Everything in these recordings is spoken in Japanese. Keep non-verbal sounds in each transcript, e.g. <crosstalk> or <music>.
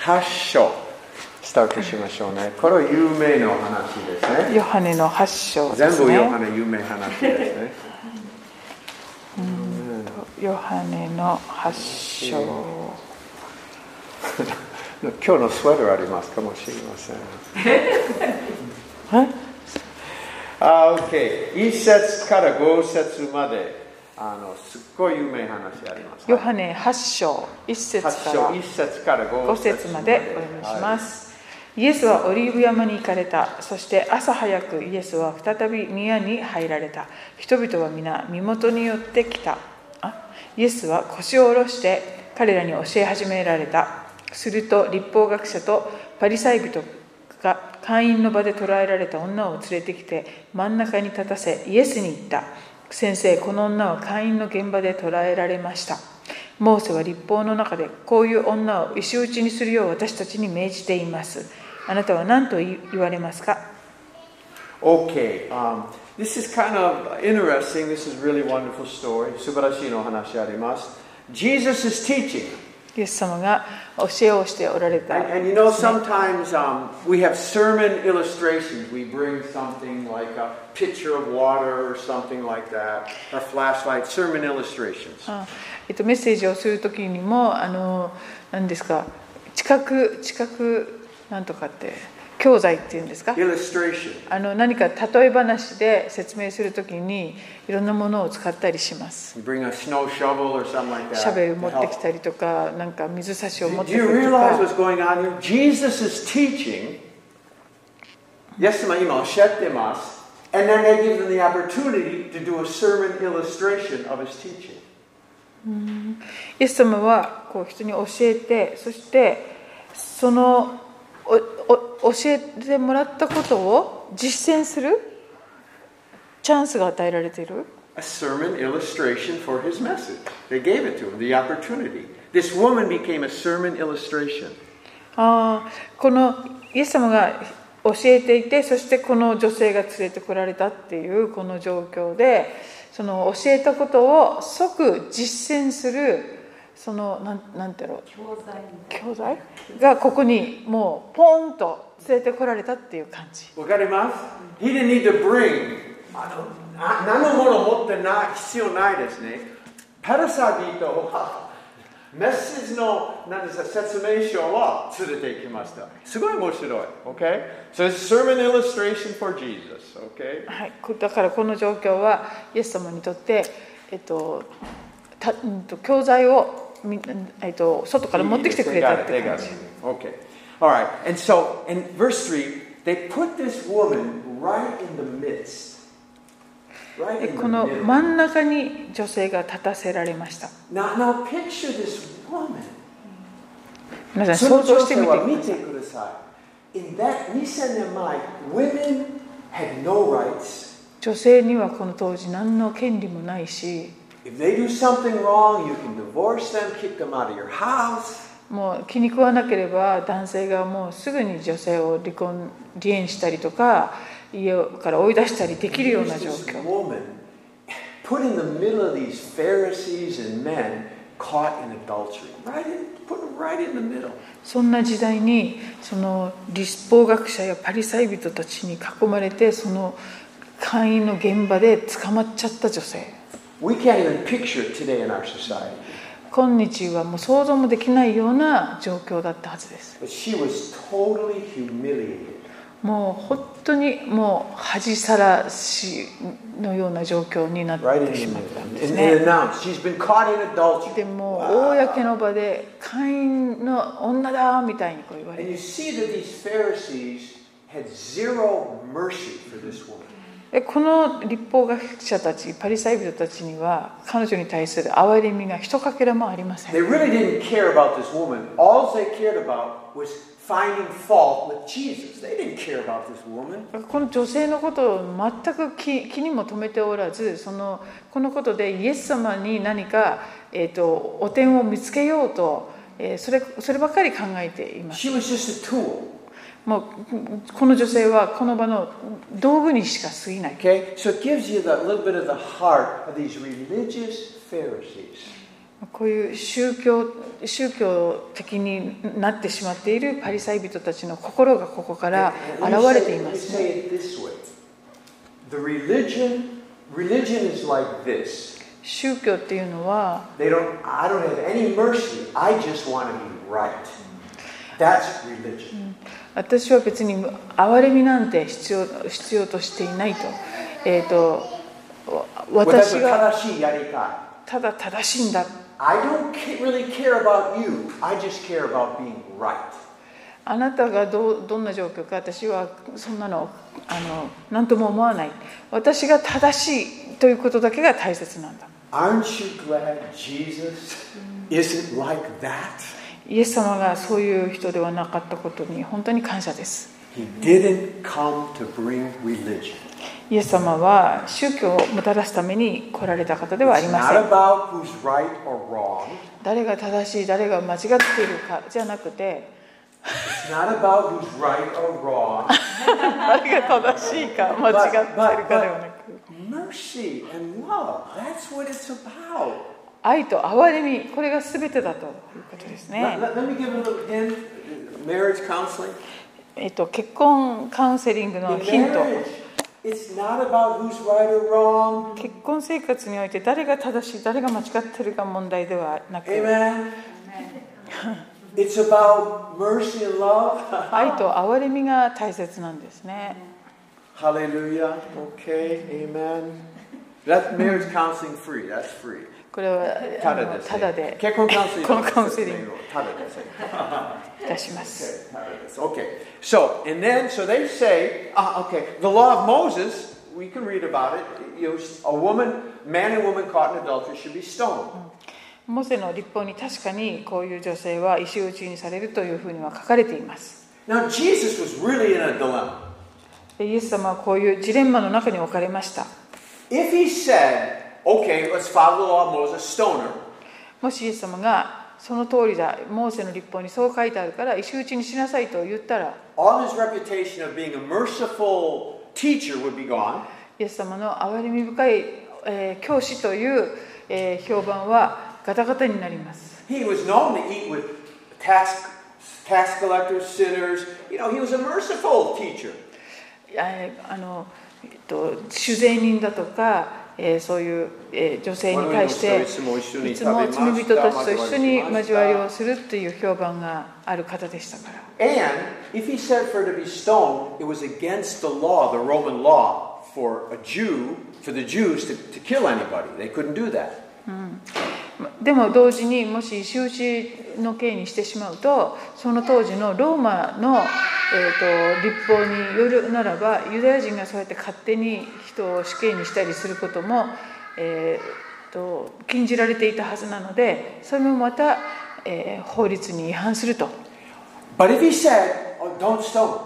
8章スタートしましょうねこれは有名の話ですねヨハネの8章で全す部ヨハね。ネ有名話ですねヨハネの8章。今日のスウェットありますかもしれません。あ、OK。1節から5節まで、あの、すっごい有名話あります。ヨハネ8章1節8か章ら1節から5 5節節までお読みします、イエスはオリーブ山に行かれたそして朝早くイエスは再び宮に入られた人々は皆身元によって来たあイエスは腰を下ろして彼らに教え始められたすると立法学者とパリサイ人が会員の場で捕らえられた女を連れてきて真ん中に立たせイエスに言った先生この女は会員の現場で捕らえられましたモーセは立法の中でこういう女を石打ちにするよう私たちに命じていますあなたは何と言言われますか Okay. Um, this is kind of interesting. This is really wonderful story. 素晴らしいお話あります。Jesus is teaching. イエス様が教えをしておられた And, and you know, sometimes um, we have sermon illustrations. We bring something like a pitcher of water or something like that, a flashlight, sermon illustrations. あえっと、メッセージをするときにもあの何ですか知覚知覚なんとかって教材っていうんですか Illustration. あの何か例え話で説明するときにいろんなものを使ったりします You bring a snow shovel or something like that. シャベル to 持って help. きたりとかなんか水差しを持っ Do てきた you りと realize か what's going on here? Jesus is teaching. Yes, my email, demas. And then they give them the opportunity to do a sermon illustration of his teaching. イエス様はこう人に教えてそしてそのおお教えてもらったことを実践するチャンスが与えられている a sermon illustration for his message. They gave it to him, the opportunity. This woman became a sermon illustration. あーこのイエス様が教えていてそしてこの女性が連れてこられたっていうこの状況でその教えたことを即実践するそのなんなんていうの教材がここにもうポンと連れてこられたっていう感じわかります? He didn't need to bring. <laughs> あの、あ何のもの持ってない必要ないですね。パラサビーとメッセージの何ですか説明書を連れて行きました。すごい面白い。Okay? So it's a sermon illustration for Jesus. Okay? はい、こだからこの状況はイエス様にとって、えっとたうん、と教材を、みえっと、外から持ってきてくれたって感じ Okay. All right. And so in verse 3, they put this woman right in the midst. Right で in こ the の middle. 真ん中に女性が立たせられました Now, now picture this woman. 皆さん想像してみてくだその女性さいは見てください。In that 2000年前 women had no rights. 女性にはこの当時何の権利もないし If they do something wrong, you can divorce them, kick them out of your house. もう気に食わなければ男性がもうすぐに女性を離婚離縁したりとか家から追い出したりできるような Here's 状 this 況 woman put in the middle of these Pharisees and men caught in adultery. Right in, put them right in the middle. そんな時代にその立法学者やパリサイ人たちに囲まれてその会員の現場で捕まっちゃった女性 We can't even picture it today in our society. 今日はもう想像もできないような状況だったはずです But she was totally humiliated. もう本当にもう恥さらしのような状況にな Right っ in てし the まったん middle. です And, and ね announced, she's been caught in adultery. でもう公の場で会員の女だみたいにこう言われ And you て see that these Pharisees had zero mercy for this woman. でこの立法学者たちパリサイ人たちには彼女に対する憐れみが一かけらもありません They really didn't care about this woman. All they cared about was finding fault with Jesus. They didn't care about this woman. この女性のことを全く気気にも留めておらずそのこのことでイエス様に何か、えー、とお点を見つけようと、えーそれそればかり考えています She was just a tool. もうこの女性はこの場の道具にしか過ぎない Okay? So it gives you that little bit of the heart of these religious Pharisees. こういう宗教宗教的になってしまっているパリサイ人たちの心がここから And 現 let れ me て say, いま let me すね。 say it this way. The religion, religion is like this. 宗教っていうのは They don't, I don't have any mercy. I just want to be right. That's religion. 私は別に憐れみなんて必要必要としていないと,、えー、とわ私が私が正しいやり方。ただ正しいんだ I don't ca- really care about you. I just care about being right. あなたがどうどんな状況か私はそんなのあの何とも思わない私が正しいということだけが大切なんだ Aren't you glad Jesus isn't like that? イエス様がそういう人ではなかったことに本当に感謝です He didn't come to bring religion. イエス様は宗教をもたらすために来られた方ではあり It's ま not せん about who's right or wrong. 誰が正しい誰が間違っているかじゃなくて It's not about who's right or wrong. 誰が正しいか間違っているかではなく Mercy and love. That's what it's about. 愛と憐れみこれが全てだということです Let, ね、 let- let me give a little hint. Marriage counseling. えっと、結婚カウンセリングの In ヒント marriage, it's not about who's right or wrong. 結婚生活において誰が正しい誰が間違ってるか問題ではなく Amen. It's about mercy and love. 愛と憐れみが大切なんですね Hallelujah. Okay. Amen. That's marriage counseling free. That's free. これはあのただで結婚カウンセリング。出します Okay. So and then so they say, uh, okay, the law of Moses. We can read about it. You know, a woman, man and woman caught in adultery should be stoned. モセの立法に確かにこういう女性は石打ちにされるというふうには書かれています Now Jesus was really in a dilemma. でイエス様はこういうジレンマの中に置かれました If he said, okay, let's follow the law of Moses, stone her. もしイエス様がその通りだモーセの立法にそう書いてあるから石打ちにしなさいと言ったら All his reputation of being a merciful teacher would be gone. イエス様の憐れみ深い、えー教師という、えー評判はガタガタになります He was known to eat with tax, tax collectors, sinners. You know, he was a merciful teacher. えーあの、えっと、酒税人だとか、えーそういう、えー女性に対していつも罪人たちと一緒に交わりをするっていう評判がある方でしたから And if he said for her to be stoned, it was against the law, the Roman law, for a Jew, for the Jews to, to kill anybody. They couldn't do that. でも同時にもし石打ちの刑にしてしまうとその当時のローマの、えー、と立法によるならばユダヤ人がそうやって勝手に人を死刑にしたりすることも、えー、と禁じられていたはずなのでそれもまた、えー法律に違反すると But if he said, oh, don't stone,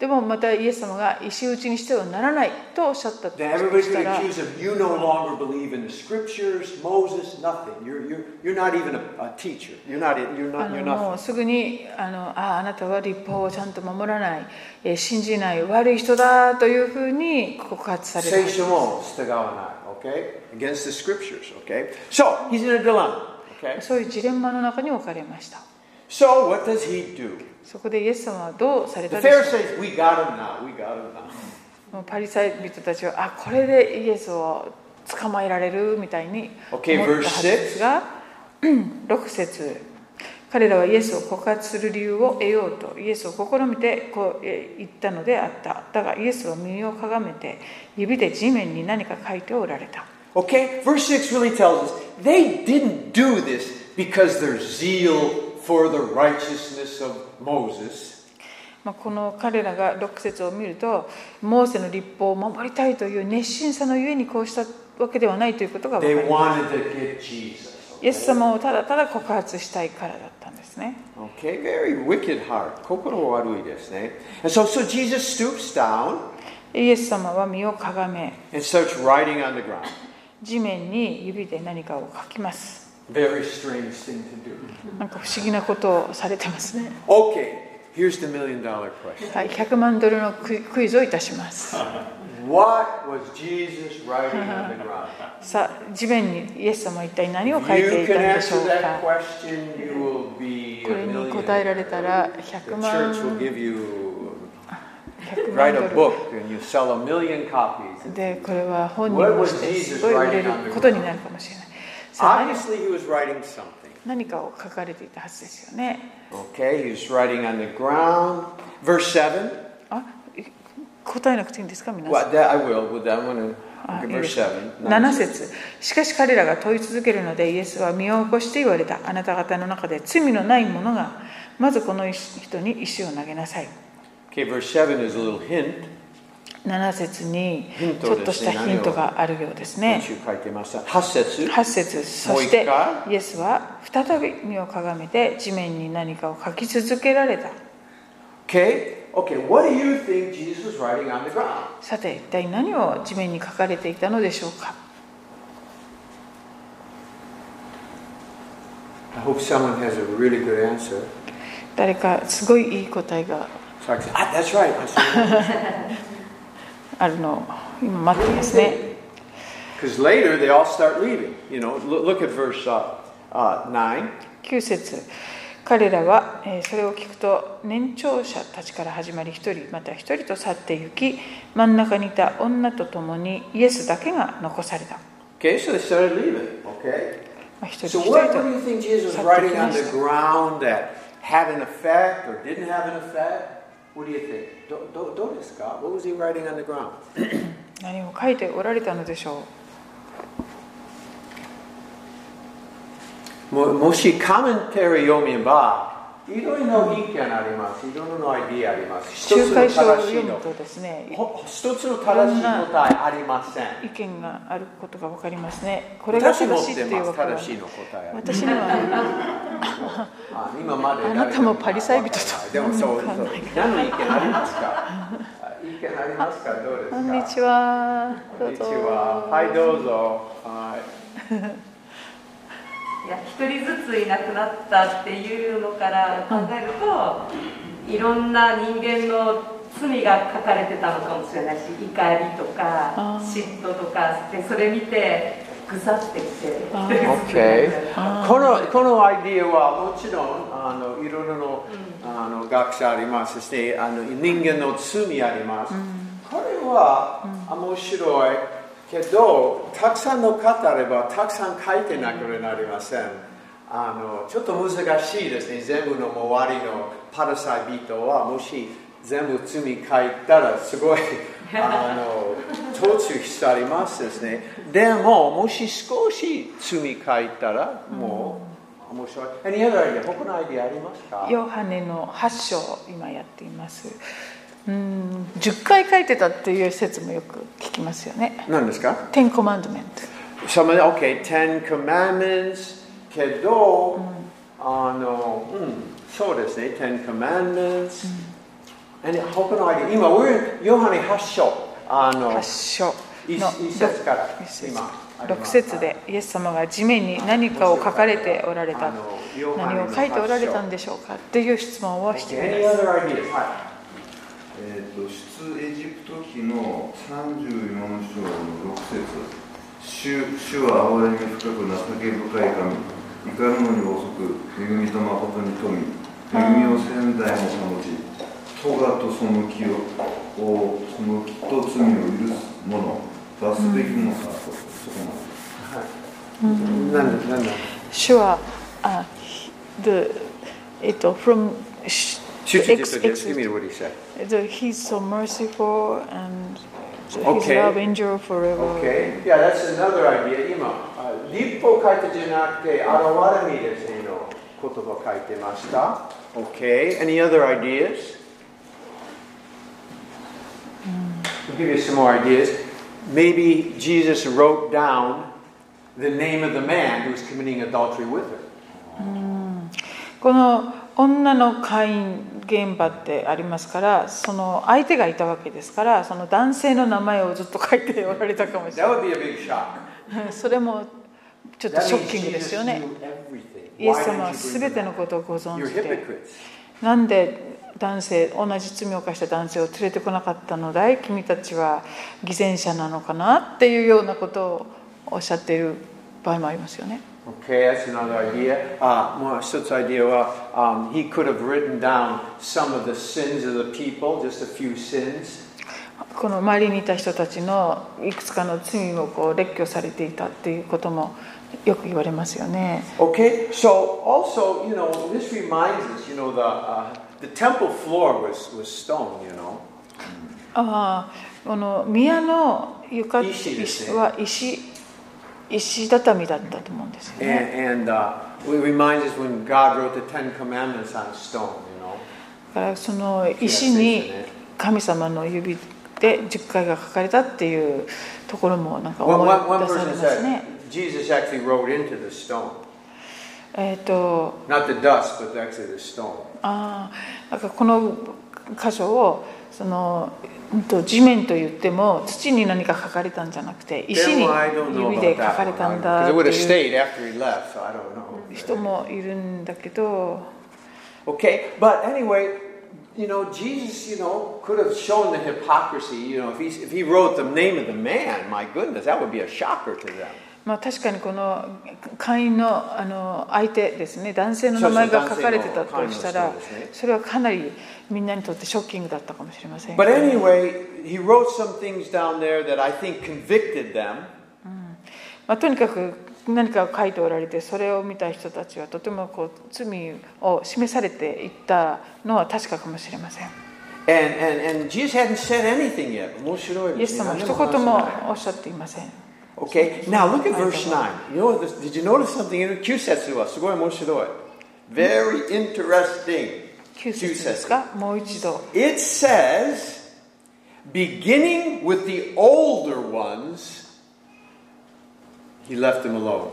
でもまたイエス様が石打ちにしてはならないとおっしゃったと then everybody's し going to たら accuse him, you no longer believe in the scriptures, Moses, nothing. You're, you're, you're not even a, a teacher. You're not, you're あ not, の you're も nothing. うすぐにあのああなたは立法をちゃんと守らない、えー信じない悪い人だというふうに告発される Seishimo, Stagawanai, okay? Against the scriptures, okay? So, he's in a dilemma, okay? そういうジレンマの中に置かれました So, what does he do? そこでイエス様はどうされ The たでしょう Pharisees, we got him now, we got him now. もうパリサイ人たちはあこれでイエスを捕まえられるみたいに思った Okay, はずですがうん6節彼らはイエスを告発する理由を得ようとイエスを試みてこうえー言ったのであっただがイエスは耳をかがめて指で地面に何か書いておられた Okay, verse 6 really tells us they didn't do this because their zeal for the righteousness of Moses. まあ、この彼らが6節を見るとモーセの立法を守りたいという熱心さのゆえにこうしたわけではないということが分 They かります wanted to get Jesus. イエス様をただただ告発したいからだったんですね Okay, very wicked heart. 心悪いですね. And so, so Jesus stoops down イエス様は身をかがめ and starts writing on the ground. 地面に指で何かを書きます Very strange thing to do. なんか不思議なことをされてますね Okay, here's the million dollar question. はい100万ドルのクイクイズをいたします What was Jesus writing on the ground? さあ地面にイエス様は一体何を書い If て you いた can のでしょ answer う that か question, you will be こ a れに答えられた millionaire. ら100 The 万 church will give you 100 write 万 a ドル book and you sell a million copies. でこれは本人もしてすごい売れることになるかもしれないさあ何 Obviously, he was writing something. 何かを書かれていたはずですよね Okay, he was writing on the ground. Verse 7. あい答えなくていいんですか皆さ Well, ん that I will. With that, I want to. あ Okay, いいで verse すね 7. 7節しかし彼らが問い続けるのでイエスは身を起こして言われたあなた方の中で罪のない者がまずこの人に石を投げなさい Okay, verse 7 is a little hint. 7節にヒンちトょですねっとしたヒントがあるようですね8節。 8節そしてイエスは再び身をかがめて地面に何かを書き続けられた Okay, okay, what do you think Jesus was writing on the ground? さて一体何を地面に書かれていたのでしょうか I hope someone has a really good answer. 誰かすごいいい答えが So I can say, ah, that's right. I said, あるのを今待っていますね Because later they all start leaving. You know, look, look at verse uh, uh, 9. 9節彼らはえーそれを聞くと年長者たちから始まり一人また一人と去って行き真ん中にいた女と共にイエスだけが残された Okay, so they started leaving. Okay. まあ一人 So 一人 what, what と do you think Jesus was writing on the ground that had an effect or didn't have an effect? What do you think? Do, do, do this, God. What was he writing on the ground? 何を書いておられたのでしょももしコメンタリーを読めば、いろいろな意見あります。いろいろなアイディアあります。う一つ仲の介書正しを読いむの。とですねほ一つの正しい答えありません。意見があることが分かりますねこれが私正持しいっってていまうす。分からな正いしいの答えあり私には <laughs> あ今まで誰あがなたもパリサイ人とでもそうわかんそうない何の意見ありますかあ意見ありますかどうです「かこんにちは」こどんうにちぞは。はい、どうぞ。はい。いや一人ずついなくなったっていうのから考えると、いろんな人間の罪が書かれてたのかもしれないし怒りとかあー嫉妬とかでそれ見てぐさってきてあ一ー人ずつになくなったあーこのこのアイディアはもちろんあのいろいろの,、あの学者ありますしあの人間の罪あります、これは面白いけどたくさんの方あればたくさん書いてなくなりませんあのちょっと難しいですね全部の周りのパラサイ人はもし全部罪書いたらすごいあの途中したりますですねでももし少し罪書いたらもう面白い Any other idea? 他のアイデアありますかヨハネの8章を今やっていますうん10回書いてたっていう説もよく聞きますよね何ですか「10コマンドメント Some of the, okay, Ten Commandments けど、あの、うん、そうですね、Ten Commandments、And 他のアイデア、今、we're in ヨハネ8章、あ」の、 8章一の一節から六節今あります6節でイエス様が地面に何かを書かれておられあたのヨハネ何のを書いておられたんででしょうかっていう質問をしてい Any ます other ideas? はい。えー、と出エジプト記の34章の6節主主は哀れみ深く情け深い神怒るのに遅く恵みと誠に富み恵みを仙台も保ち咎とその気ををその気と罪を許す者罰すべきもさ、とそこまでなんで、なんで主はあ the えっと from sh- Shoot, the shoot, ex- shoot, ex- just give me what he said. The, he's so merciful and his Okay. love endure forever. Okay. Yeah, that's another idea. Uh, 今、あ立法書いてじゃなくて、現れみですねの言葉書いてました。Okay. Any other ideas? I'll give you some more ideas. Maybe Jesus wrote down the name of the man who was committing adultery with her. この女の会員現場ってありますから、その相手がいたわけですから、その男性の名前をずっと書いておられたかもしれ That would be a big shock. <laughs> ない。それもちょっと That ショッ means キングですよ Jesus ね。 knew everything. イエ Why ス様は didn't you 全 bring て them の out? ことをご存 You're 知で、 hypocrites. なんで男性同じ罪を犯した男性を連れてこなかったのだい君たちは偽善者なのかなっていうようなことをおっしゃっている場合もありますよね。 Okay, that's another idea. Uh, もう一つアイデアは、um, he could have written down some of the sins of the people, just a few sins. この周りにいた人たちのいくつかの罪をこう列挙されていたっていうこともよく言われますよね。 Okay, so also, you know, this reminds us, you know, the, uh, the temple floor was, was stone, you know. ああこの宮の床石ですねは石石畳だったと思うんですよ And, ね。 and uh, it reminds us when God wrote the Ten Commandments on stone, you know. だからその石に神様の指で10回が書かれたっていうところもなんか One, 思い one, one 出され person ますね。 said Jesus actually wrote into the stone. えっ、と Not the dust, but actually the stone. ああなんかこの箇所をそのうんと地面と言っても土に何か書かれたんじゃなくて石 Then に I don't know 指 about で書 that か one. I れ don't た know. 'Cause んだ it would って have いう stayed after he left, so I don't know. 人もいるんだけど。 Okay, but anyway, you know, Jesus, you know, could have shown the hypocrisy. You know, if he, if he wrote the name of the man, my goodness, that would be a shocker to them. まあ、確かにこの会員のあの相手ですね男性のそ名うそう前が書かれてた男性のとしたら会員の人ですねそれはかなりみんなにとってショッキングだったかもしれません But anyway, he wrote some things down there that I think convicted them. まあ、とにかく何かを書いておられてそれを見た人たちはとてもこう罪を示されていったのは確かかもしれません And, and, and Jesus hadn't said anything yet. 面白いですね。イエス様は一言もおっしゃっていません Okay, now look at verse 9. You know, this, did you notice something in it? 9節はすごい面白い。Very interesting. 9節ですかもう一度 It says, beginning with the older ones, he left them alone.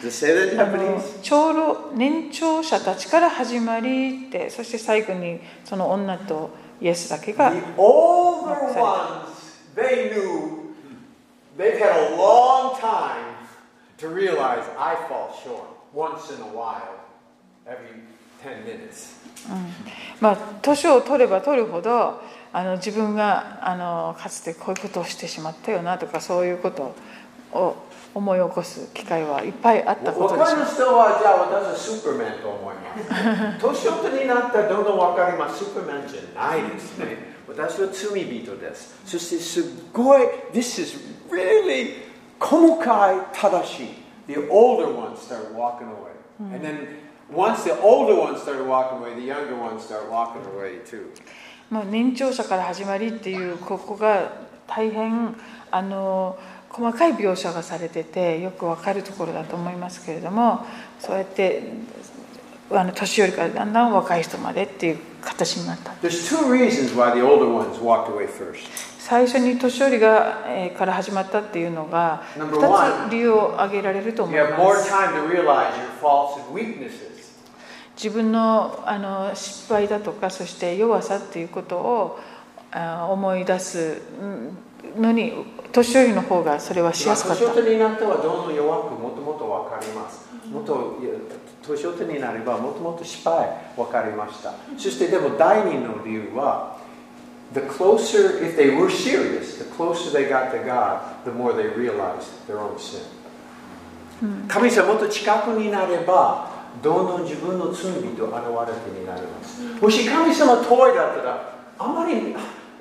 Does it say that in あの Japanese? 長老年長者たちから始まりってそして最後にその女とイエスだけが The older ones, they knew they've had a long time to realize I fall short once in a while, every 10 minutes. まあ年を取れば取るほどあの自分があのかつてこういうことをしてしまったよなとかそういうことを思い起こす機会はいっぱいあったことでしょう若い人はじゃあ私はスーパーマンと思います。年寄りになったらどんどん分かります。スーパーマンじゃないですね。私は罪人です。そしてすごい、This is really 細かい正しい。The older ones started walking away. And then once the older ones started walking away, the younger ones started walking away too. まあ、年長者から始まりっていうここが大変あの細かい描写がされててよくわかるところだと思いますけれどもそうやってあの年寄りからだんだん若い人までっていう形になった。 There's two reasons why the older ones walked away first. 最初に年寄りが、えーから始まったっていうのが Number one 2つ理由を挙げられると思 You いま have more す time to realize your faults and weaknesses. 自分のあの失敗だとかそして弱さっていうことをあー思い出すうんのに年寄りの方がそれはしやすかった年寄りになってはどんどん弱くもっともっと分かりますもっといや年寄りになればもっともっと失敗分かりましたそしてでも第二の理由は The closer, if they were serious, the closer they got to God, the more they realized their own sin. 神様もっと近くになれば、どんどん自分の罪と現れてになります。もし神様遠いだったら、あまりあ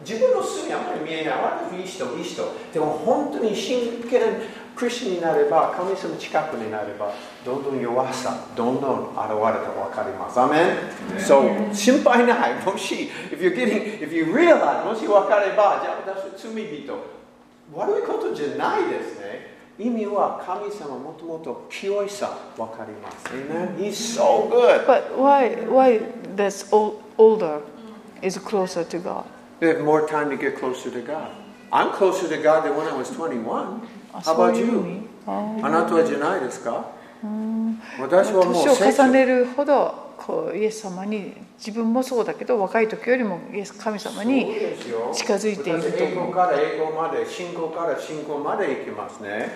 自分の罪あまり見えない、悪い人、いい人。でも本当に真剣なクリスチャンになれば、神様近くになれば、どんどん弱さ、どんどん現れて分かります。アメン So 心配ない。もし、if you're getting, if you realize, もし分かれば、じゃあ私罪人。悪いことじゃないですね。意味は神様もともと清いさわかります。Amen? He's so good. But why, why that's old, older is closer to God? They have more time to get closer to God. I'm closer to God than when I was 21. あ How そう about いう意 you? 味あーあなたはじゃないですか私はもう聖年を書重ねるほどこうイエス様に自分もそうだけど若い時よりもイエス神様に近づいていると英語から英語まで、信仰から信仰まで行きますね。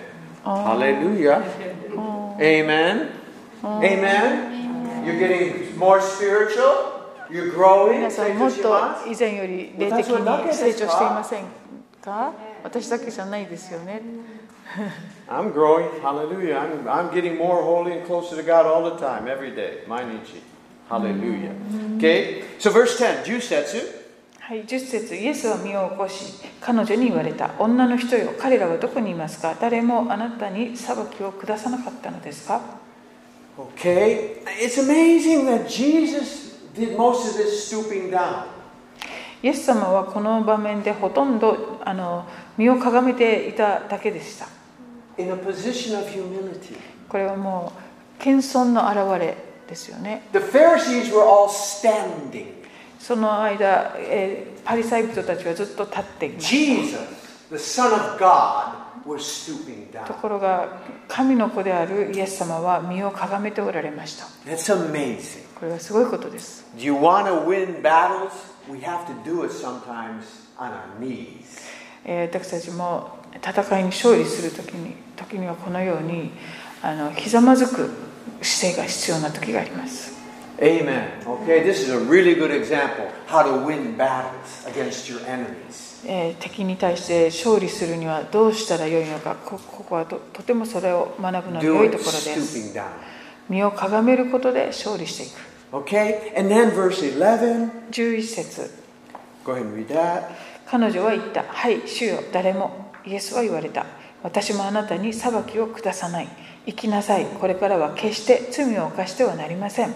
あハーレルヤ。Amen. Amen. You're getting more spiritual. You're growing? 皆さんもっ成長しとます以前より霊的に成長していませんか私だけじゃないですよね I'm growing. Hallelujah. I'm, I'm getting more holy and closer to God all the time, every day. My Nichi. Hallelujah. Mm-hmm. Okay? So, verse 10, Jusetsu. はい、10節イエスは身を起こし彼女に言われた女の人よ彼らはどこにいますか誰もあなたに裁きを下さなかったのですか Okay? It's amazing that Jesus did most of this stooping down. イエス様はこの場面でほとんどあの身をかがめていただけでした in a position of humility. これはもう謙遜の表れですよね The Pharisees were all standing. その間、えーパリサイ人たちはずっと立っていました Jesus, the Son of God, was stooping と down. ころが神の子であるイエス様は身をかがめておられました That's amazing. これはすごいことです Do you want to win battles? We have to do it sometimes on our knees. えー私たちも戦いに勝利する時に時にはこのようにあのひざまずく姿勢が必要な時があります Amen. Okay, this is a really good example how to win battles against your enemies. えー敵に対して勝利するにはどうしたらよいのかこここはととてもそれを学ぶのに Do 良い it ところです stooping down. 身をかがめることで勝利していく Okay, and then verse 11. 11節 Go ahead and read that. 彼女は言った「はい主よ誰も」イエスは言われた「私もあなたに裁きを下さない」「行きなさいこれからは決して罪を犯してはなりません」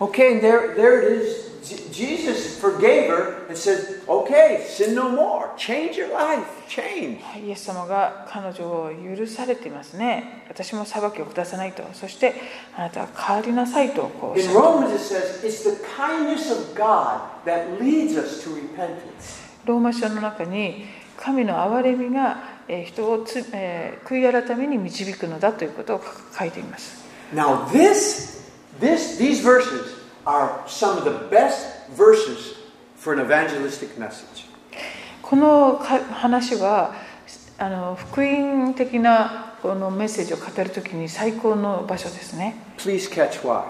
Okay, and there, there it is. Je- Jesus forgave her and said, Okay, sin no more. Change your life. Change. イエス様が彼女を許されていますね。私も裁きを下さないと。そしてあなたは変わりなさいとこうおっし In ゃる Romans, it says, It's the kindness of God that leads us to repentance. ローマ書の中に神の憐れみがえー人をつ、えー悔い改めに導くのだということを書いています。 Now, this, this, these verses are some of the best verses for an evangelistic message. このか話はあの福音的なこのメッセージを語るときに最高の場所ですね。 Please catch why.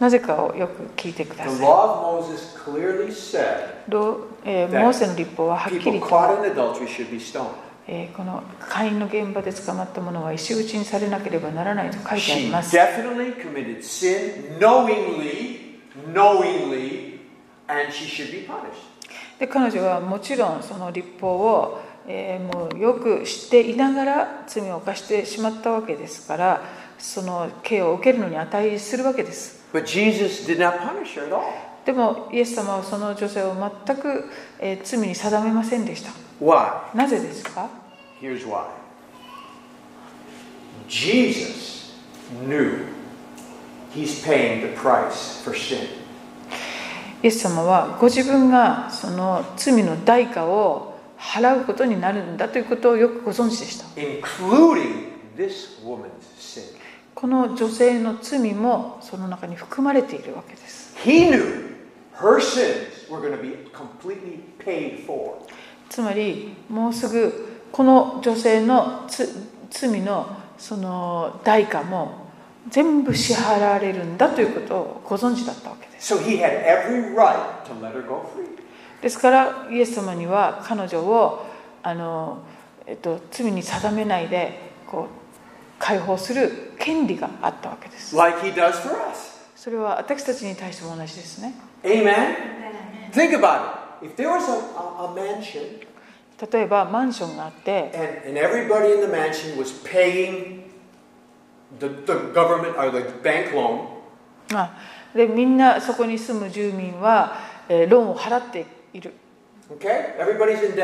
なぜかをよく聞いてくだ The さい。 law of Moses clearly said ロえーモーセの立法ははっき people りと caught in adultery should be stoned. えーこの会員の現場で捕まった者は石打ちにされなければならないと書いてあり She ます definitely committed sin knowingly, knowingly, and she should be punished. で彼女はもちろんその立法を、えーもうよく知っていながら罪を犯してしまったわけですからその刑を受けるのに値するわけです But Jesus did not punish her at all. でもイエス様はその女性を全く、えー罪に定めませんでした Why? なぜですか Here's why. Jesus knew he's paying the price for sin. イエス様はご自分がその罪の代価を払うことになるんだということをよくご存知でした including this woman's sin. この女性の罪もその中に含まれているわけです。 He knew her sins were going to be completely paid for. つまりもうすぐこの女性のつ罪のその代価も全部支払われるんだということをご存知だったわけです。 So he had every right to let her go free. ですからイエス様には彼女をあの、えっと、罪に定めないでこう解放する権利があったわけです。 like he does for us. それは私たちに対しても同じですね。 Amen? Think about it. If there was a, a, a mansion 例えばマンションがあって。 and, and everybody in the mansion was paying the, the government or the bank loan, あでみんなそこに住む住民は、えーローンを払っている okay? Everybody's in debt.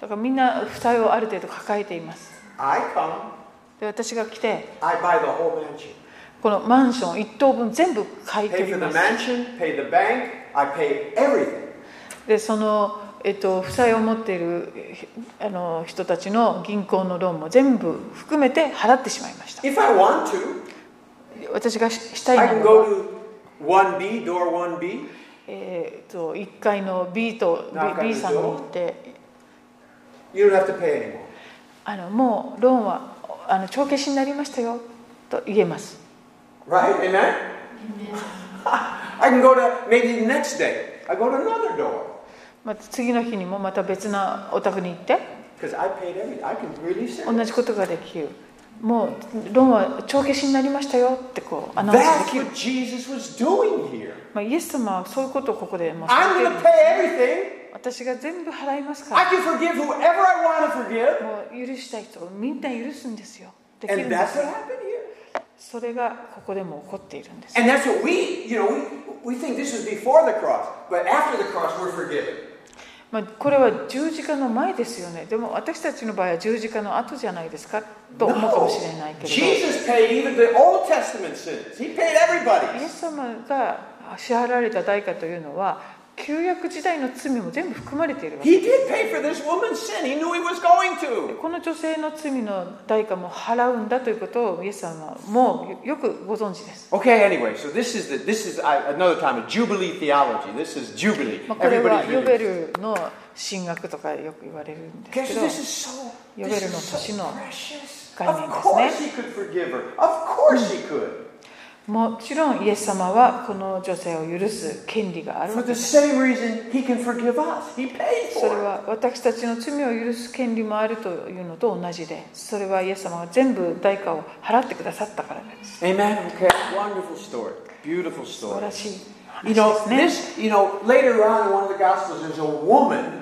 だからみんな負債をある程度抱えています I come, で私が来て I buy the whole mansion. このマンション1棟分全部買い取 Pay り for the ます mansion, pay the bank, I pay everything. でその、えっと負債を持っているえーあの人たちの銀行のローンも全部含めて払ってしまいました If I want to, 私がしした I いな can の go は、 to 1B, door 1B. えー、と1階の B となんか B, B さんに行って You don't have to pay anymore. あのもうローンはあの帳消しになりましたよと言えます Right? Amen? <laughs> I can go to maybe the next day. I go to another door また次の日にもまた別なお宅に行って because I paid everything. I can release it. 同じことができるもうローンは帳消しになりましたよってこうアナウンスで That's きる、 what Jesus was doing here. まあ、イエス様はそういうことをここでもうさ I'm れて going to pay る everything. 私が全部払いますか I ら can forgive whoever I want to forgive. もう許したい人をみんな許すんですよできるん And で that's す what よ happened here. それがここでも起こっているんです And that's what we, you know, we, we think this was before the cross, but after the cross, we're forgiven. まあ、これは十字架の前ですよねでも私たちの場合は十字架の後じゃないですかと思うかもしれないけ No. れ Jesus paid even the Old Testament sins. He paid どイエ everybody's. ス様が支払われた代価というのは旧約時代の罪も全部含まれているわけ He did pay for this woman's sin. He knew he was going to. この女性の罪の代価も払うんだということをイエス様はもうよくご存知です Okay, anyway, so this is the, this is I, another time a Jubilee theology. This is Jubilee. まあ、これは Everybody's ヨベ religious. ルの神学とかよく言われるんで Because すけど this is so, this is so ヨベルの年の precious. 概念 Of ですね。course he could forgive her. Of course he could. もちろんイエス様はこの女性を許す権利がある For わけ the です same reason he can forgive us. He paid それ for it. は私たちの罪を許す権利もあるというのと同じでそれはイエス様が全部代価を払ってくださったからです Amen. Okay, wonderful story. Beautiful 素晴 story. らしい You 話で know, すね this, you know, later on in one of the Gospels, there's a woman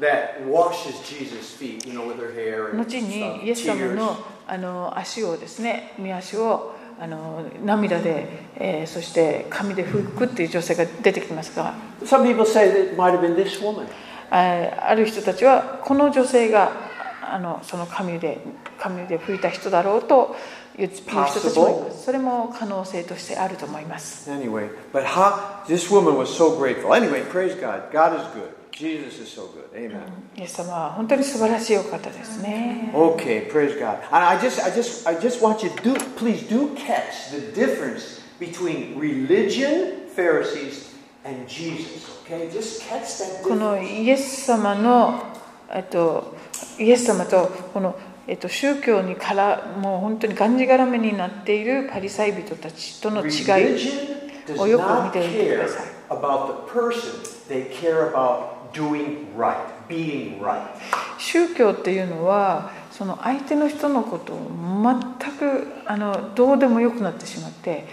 that washes Jesus' feet, you know, with her hair 後 and に stuff, イエス様 tears. のあの足をですね見足をあの涙で、えーそして髪で拭くっていう女性が出てきますが Some people say that it might have been this woman. あある人たちはこの女性があのその髪で髪で拭いた人だろうと言う人たちもいますそれも可能性としてあると思います Anyway, but how, this woman was so grateful. Anyway, praise God. God is good. Jesus is so good. Amen. イエス様は本当に素晴らしいお方ですね Okay, praise God. And I just, I just, I just want you to do, please do catch the difference between religion, Pharisees, and Jesus. Okay, just catch that こ difference. のイエス様のえっとイエス様とこのえっと、宗教にからもう本当にがんじがらめになっているパリサイ人たちとの違い Religion does をよく not 見ていてください。 care about the person. They care about doing right, being right. 宗教っていうのはその相手の人のことを全くあのどうでもよくなってしまって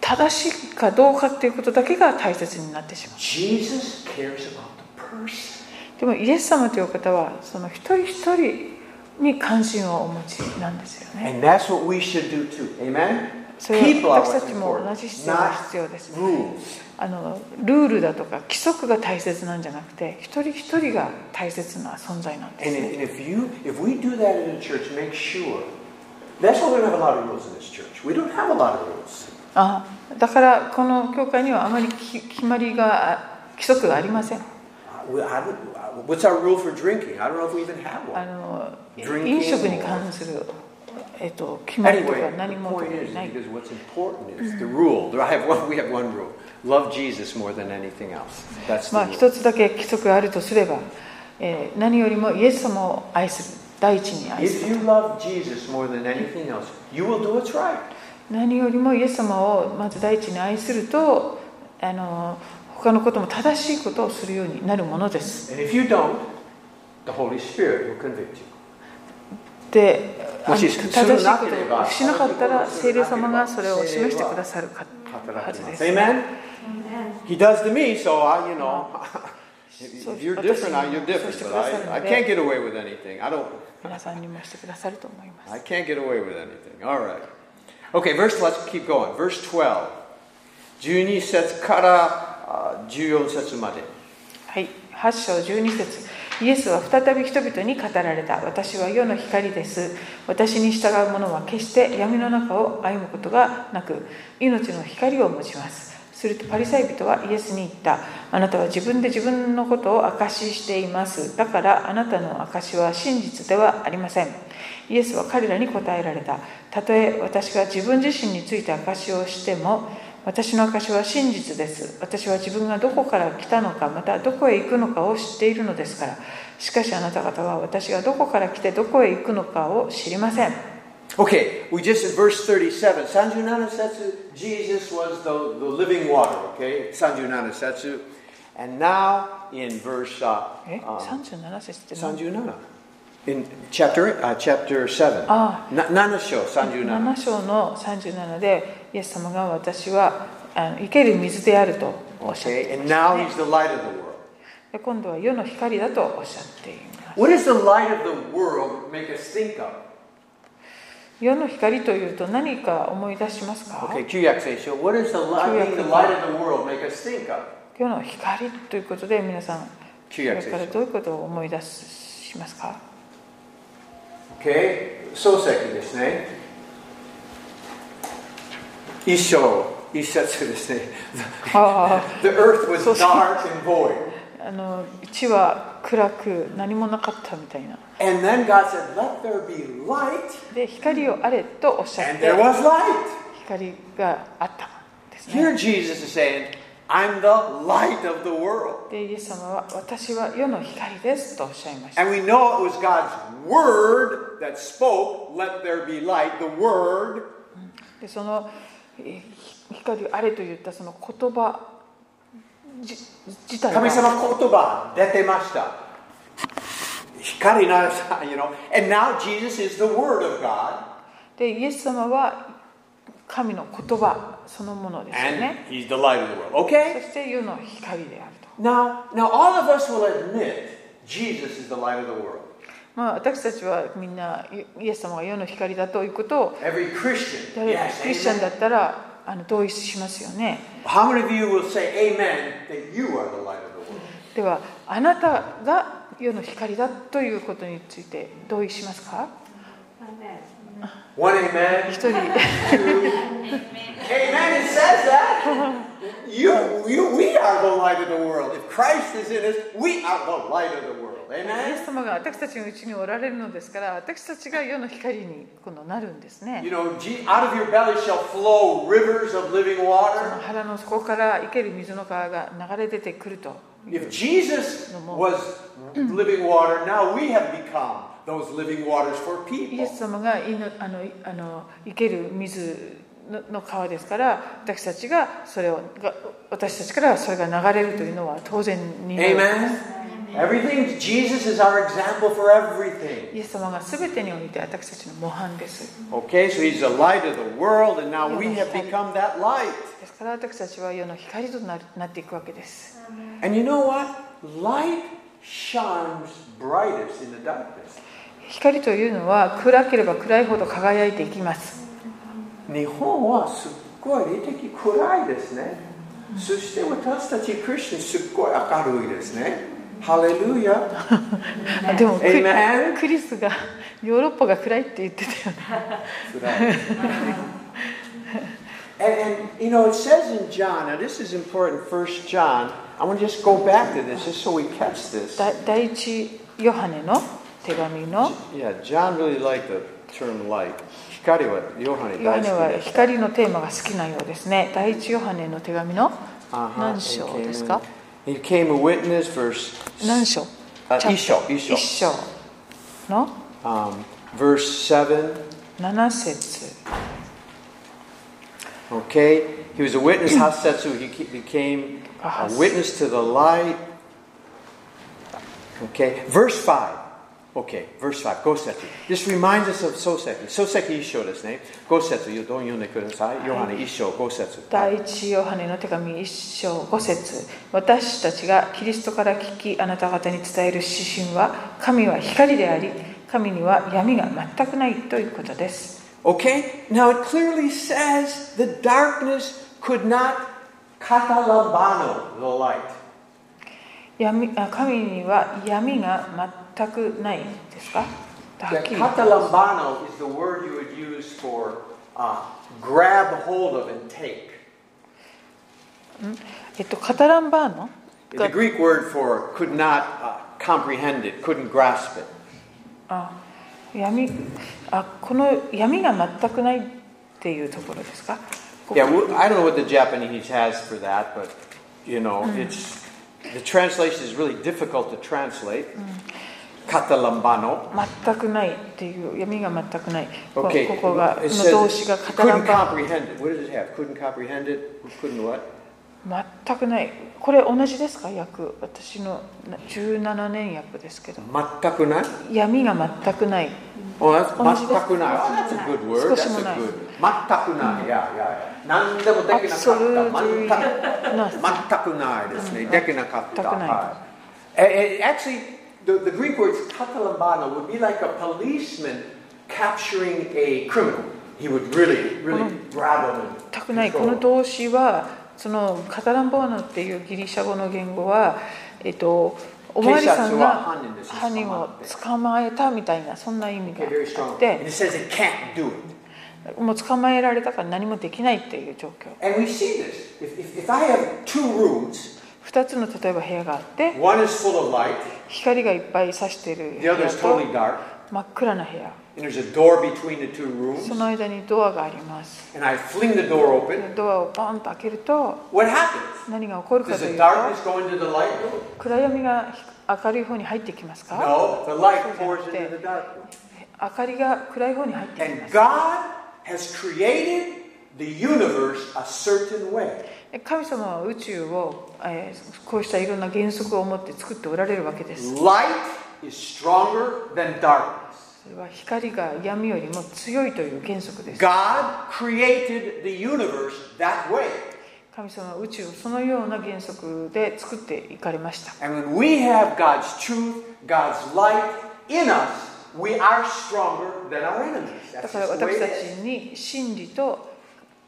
正しいかどうかっていうことだけが大切になってしまう Jesus cares about the person. でもイエス様という方はその一人一人に関心をお持ちなんですよね And that's what we should do too. Amen? それ People は are 私た what's ちも同 important, じ必要が not 必要です、 rules. あのルールだとか規則が大切なんじゃなくて一人一人が大切な存在なんです And ね if, and if you, if we do that in the church, make sure. That's why we don't have a lot of rules in this church. We don't have a lot of rules. あだからこの教会にはあまりき決まりがあ規則がありません I would- Uh, I would, I would- what's our rule for drinking? I don't know if we even have あ one. の Drinking 飲食に関する、えっと、決まりと anyway, か何 the もと point か is, ない because what's important is the rule. <laughs> There- I have one, we have one rule. Love Jesus more than anything else. That's ま the rule. あ一つだけ規則があるとすれば、えー何よりもイエス様を愛する第一に愛す If る you love Jesus more than anything else, you will do what's right. 何よりもイエス様をまず第一に愛するとあの他のことも正しいことをするようになるものです And if you don't, the Holy Spirit will convict you. であのも正ししいそれなこけれとをばしなかったら聖霊様がそれを示してくださるかはずです Amen? He does to me, so I, you know, if, そう if you're different, I, you're そう different. してく But ださる I, I の can't で get away with anything. I don't. 皆さんにもしてくださると思います I can't get away with anything. All right. Okay, verse, let's keep going. Verse 12. 12節からあ14節まで。はい、8章12節イエスは再び人々に語られた私は世の光です私に従う者は決して闇の中を歩むことがなく命の光を持ちますするとパリサイ人はイエスに言ったあなたは自分で自分のことを証ししていますだからあなたの証しは真実ではありませんイエスは彼らに答えられたたとえ私が自分自身について証しをしても私の証しは真実です。私は自分がどこから来たのか、またどこへ行くのかを知っているのですから。しかしあなた方は私がどこから来てどこへ行くのかを知りません。 Okay, we just in verse 37, 37節 Jesus was the, the living water, okay? 37節。And now in verse uh, え uh, 37節って何 37. In chapter, uh, chapter 7. あな7章37。 7章の37で、イエス様が私はあの生ける水であるとおっしゃっ Okay, て and now he's the light of the world. で今度は世の光だとおっしゃっています。 What does the light of the world make us think of? 世の光というと何か思い出しますか、 Okay, 旧約聖書。What does the light, 旧約 being the light of the world make us think of? 世の光ということで皆さん、旧こ約れ聖から書。どういうことを思い出しますか Okay, 漱石ですね。一章、一節ですね。あ <laughs> The earth was 漱石 dark and void. ああの地は暗く何もなかったみたいな。 And then God said, Let there be light. で光をあれとおっしゃっ And て there was light. 光があったんですね。 Here Jesus is saying, I'm the light of the world. でイエス様は私は世の光ですとおっしゃいました And we know it was God's word that spoke, Let there be light. The word でそのえー光あれと言ったその言葉じ自体神様が言葉出てました光ならさ you know and now Jesus is the word of God でイエス様は神の言葉そのものですよ and ね he's the light of the world そ okay して世の光であると、 now now all of us will admit Jesus is the light of the world まあ、私たちはみんなイイエス様が世の光だということを every Christian 誰かクリスチャン amen. だったらあの同意しますよね how many of you will say amen that you are the light of the world ではあなたが世の光だということについて同意しますか one amen 一人 amen it says that you, you we are the light of the world if Christ is in us we are the light of the world イ amen エス様が私たちのうちにおられるのですから私たちが世の光にこのなるんですね You。know, Je- out of your belly shall flow rivers of living その water. 腹の底から生ける水の川が流れ出てくると。 If Jesus was living water, now we have become those living waters for イエ people. ス様がいのあのあの生ける水のの川ですから私たちがそれをが私たちからそれが流れるというのは当然になる Amen. Everything, Jesus is our example for everything. イエス様が全てにおいて私たちの模範です。 Okay, so he's the light of the world, and now we have become that light. ですから私たちは世の光となるなっていくわけです。 And you know what? Light shines brightest in the darkness. 光というのは暗ければ暗いほど輝いていきます。日本はすっごい霊的暗いですね。そして私たちクリスチャンすっごい明るいですね。ハレルヤ。あでもクリ Amen. クリスがヨーロッパが暗いって言ってたよね。暗い。And, and you know, it says in John, now this is important, First John. I want to just go back to this just so we catch this. だ第一ヨハネの手紙の Yeah, John really liked the term light. 光はヨハネヨハ大ネ好きはです。光のテーマが好きなようですね。第一ヨハネの手紙の Uh-huh, 何章 and came ですか in- He came a witness, verse 何章 uh, チャプ一章、一章一章の Um, verse 7. 7節 Okay, he was a witness. Hasetsu, he ke- became a Hasetsu. witness to the light. Okay, verse 5. Okay, verse 5. Gosetsu. This reminds us of Soseki. Soseki Isho ですね。Gosetsu, 読んでください。ヨハネ一章、Gosetsu. 第一ヨハネの手紙一章五節私たちがキリストから聞きあなた方に伝える指針は神は光であり神には闇が全くないということです。 Okay, now it clearly says the darkness could not katalambano, the light. 闇あ神には闇が全くないですかは Yeah, っきり言ってます katalambano is the word you would use for uh, grab hold of and take. えっと、カタランバーノ The が Greek word for could not uh, comprehend it, couldn't grasp it. あ闇あこの闇が全くないっていうところですかこ Yeah, we- I don't know what the Japanese has for that, but you know, it's the translation is really difficult to translate. Katalambano. 全くないっていう闇が全くないこ Okay. ここが it の動詞 says がカタラン couldn't バーノ comprehend it. What does it have? Couldn't comprehend it. Couldn't what? 全くないこれ同じですか訳私のな17年訳ですけど全くない闇が全くない Oh, that's 同じです全くない。Oh, that's a good word. 少 That's しも a ない good. 全くない。いやいや。何でもできなかった。 Absolutely 全く not 全くないですね。できなかった。全くないはい、ええ actually, the, the Greek words katalambano would be like a policeman capturing a criminal. He would really, really grab him. and 全くないこ control の him. 動詞はそのカタランボーノっていうギリシャ語の言語はえっとおまわりさん警察はが犯人です犯人を捕まえたみたいなそんな意味が Okay, very strong. あっ And て it says it can't do it. もう捕まえられたから何もできないっていう状況 And we see this. If, if, if I have two rooms, 2つの例えば部屋があって one is full of light, 光がいっぱい差してる部 the 屋 other is と totally dark, 真っ暗な部屋 and there's a door between the two rooms, その間にドアがあります and I fling the door open, ドアをポンと開けると what happens? 何が起こるか Does とい the うと darkness go into the light room? 暗闇が明るい方に入ってきますか No, the light そ pours うじゃなく into て the dark room. 明かりが暗い方に入ってきま And す God has created the universe a certain way. 神様は宇宙を、えーこうしたいろんな原則を持って作っておられるわけです Light is stronger than darkness. それは光が闇よりも強いという原則です God created the universe that way. 神様は宇宙をそのような原則で作っていかれました And when we have God's truth, God's light in us, we are stronger than our enemies. だ That's から just the way 私 it たち is. に真理と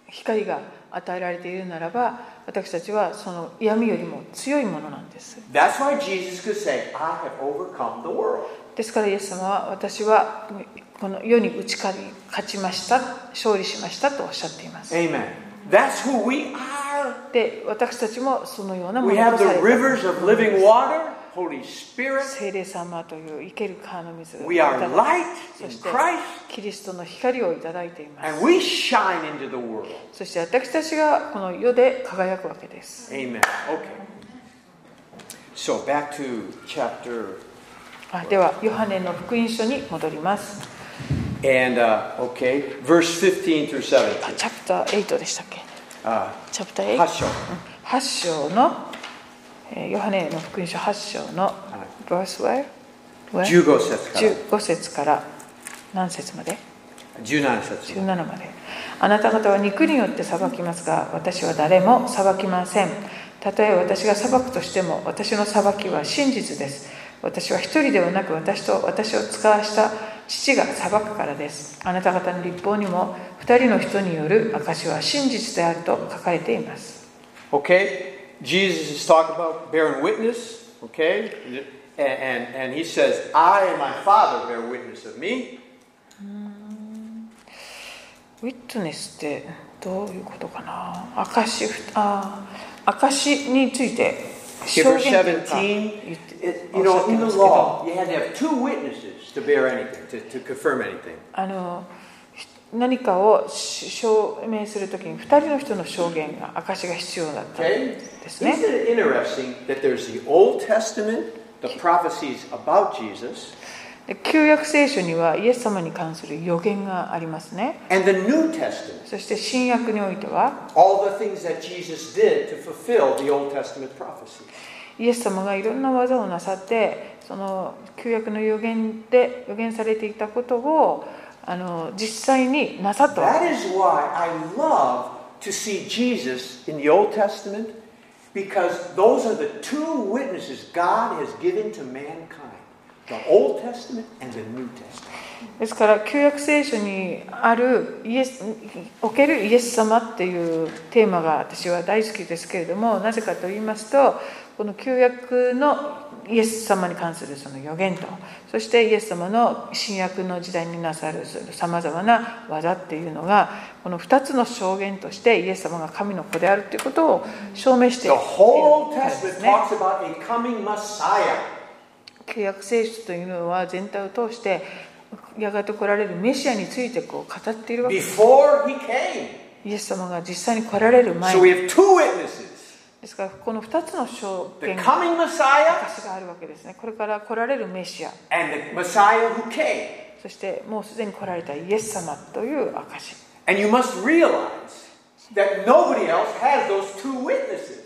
光が与えられているならば私たちはその闇よりも強いものなんです That's why Jesus could say, I have overcome the world. ですからイエス様は私はこの世に打ち勝ちました勝利しましたとおっしゃっています Amen. That's who we are. で私たちもそのようなも We の have とさ the れて rivers of living water, Holy Spirit. 聖霊様という生ける川の水 We are いただき light そ in して Christ, キリストの光をいただいていま and す we shine into the world. そして私たちがこの世で輝くわけです Amen. Okay. So back to chapter あではヨハネの福音書に戻ります and uh, okay, verse 15 through あ 17. チャプター8でしたっけ Uh, チャプター 8? 8章。 8章の、えーヨハネの福音書8章の、verse where? where? 15節から15節から何節まで17節まで。 17まであなた方は肉によって裁きますが私は誰も裁きませんたとえ私が裁くとしても私の裁きは真実です私は一人ではなく私と私を使わした父が裁くからですあなた方の立法にも二人の人による証は真実であると書かれています Okay, Jesus is talking about bearing witness. Okay, and, and and he says, "I and my Father bear witness of me." ウィットネスってどういうことかな証しあー証について証 Verse 言というか言 17. って It, お you っしゃっ know, て in the ますけど law, you had to have two witnesses to bear anything, to, to confirm anything. あのひ何かをし証明するときに2人の人の証言が証が必要だったん Okay, ですね isn't。it interesting that there's the Old Testament, the prophecies about Jesus, で旧約聖書にはイエス様に関する予言がありますね。 and the New Testament, そして新約においては all the things that Jesus did to fulfill the Old Testament prophecies? イエス様がいろんな技をなさってその旧約の予言で予言されていたことをあの実際になさったわけ That is why I love to see Jesus in the Old Testament because those are the two witnesses God has given to mankind the Old Testament and the New Testament. ですから旧約聖書にあるイエスおけるイエス様っていうテーマが私は大好きですけれどもなぜかと言いますとこの旧約のイエス様に関するその予言とそしてイエス様の新約の時代になさるさまざまな技っていうのがこの2つの証言としてイエス様が神の子であるということを証明してい The る whole からです Testament ね talks about a coming Messiah. 旧約聖書というのは全体を通してやがて来られるメシアについてこう語っているわけです Before he came. イエス様が実際に来られる前 So we have two witnesses ですからこの2つの証 the 言が coming Messiah 証があるわけですねこれから来られるメシア and the Messiah who came. そしてもうすでに来られたイエス様という証 And you must realize that nobody else has those two witnesses.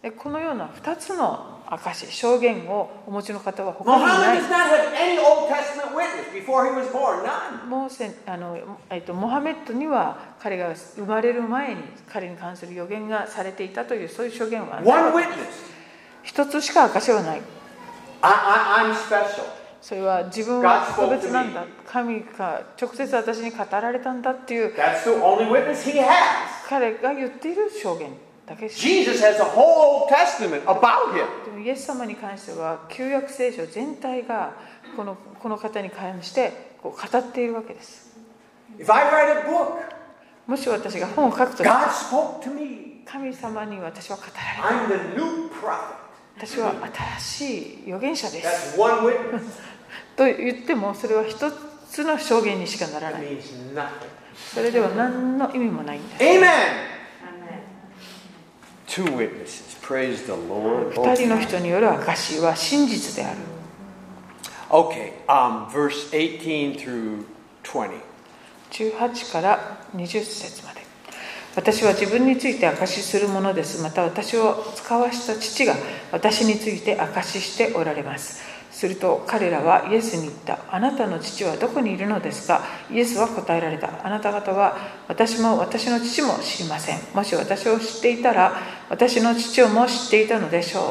でこのような2つの証証言をお持ちの方は他にいな Muhammad い does not have any Old Testament witness before he was born, none. モーセあの、えっと、モハメッドには彼が生まれる前に彼に関する予言がされていたというそういう証言は One witness. 一つしか証はない I, I, I'm special. それは自分は God spoke 特別なんだ to me. 神が直接私に語られたんだっていう That's the only witness he has. 彼が言っている証言だけし Jesus has a whole Old Testament about him. でもイエス様に関しては旧約聖書全体がこのこの方に関してこう語っているわけです If I write a book, もし私が本を書くと God spoke to me. 神様に私は語られた I'm the new prophet. 私は新しい預言者で That's す one witness. と言ってもそれは一つの証言にしかならな That い means nothing. それでは何の意味もないんです Amen. あのね Two witnesses. Praise the Lord. 二人の人による証しは真実である Okay, um, verse 18 through 20. 18から20節まで私は自分について証しするものですまた私を使わした父が私について証ししておられますすると彼らはイエスに言った「あなたの父はどこにいるのですか?」イエスは答えられた「あなた方は私も私の父も知りませんもし私を知っていたら私の父をも知っていたのでしょう」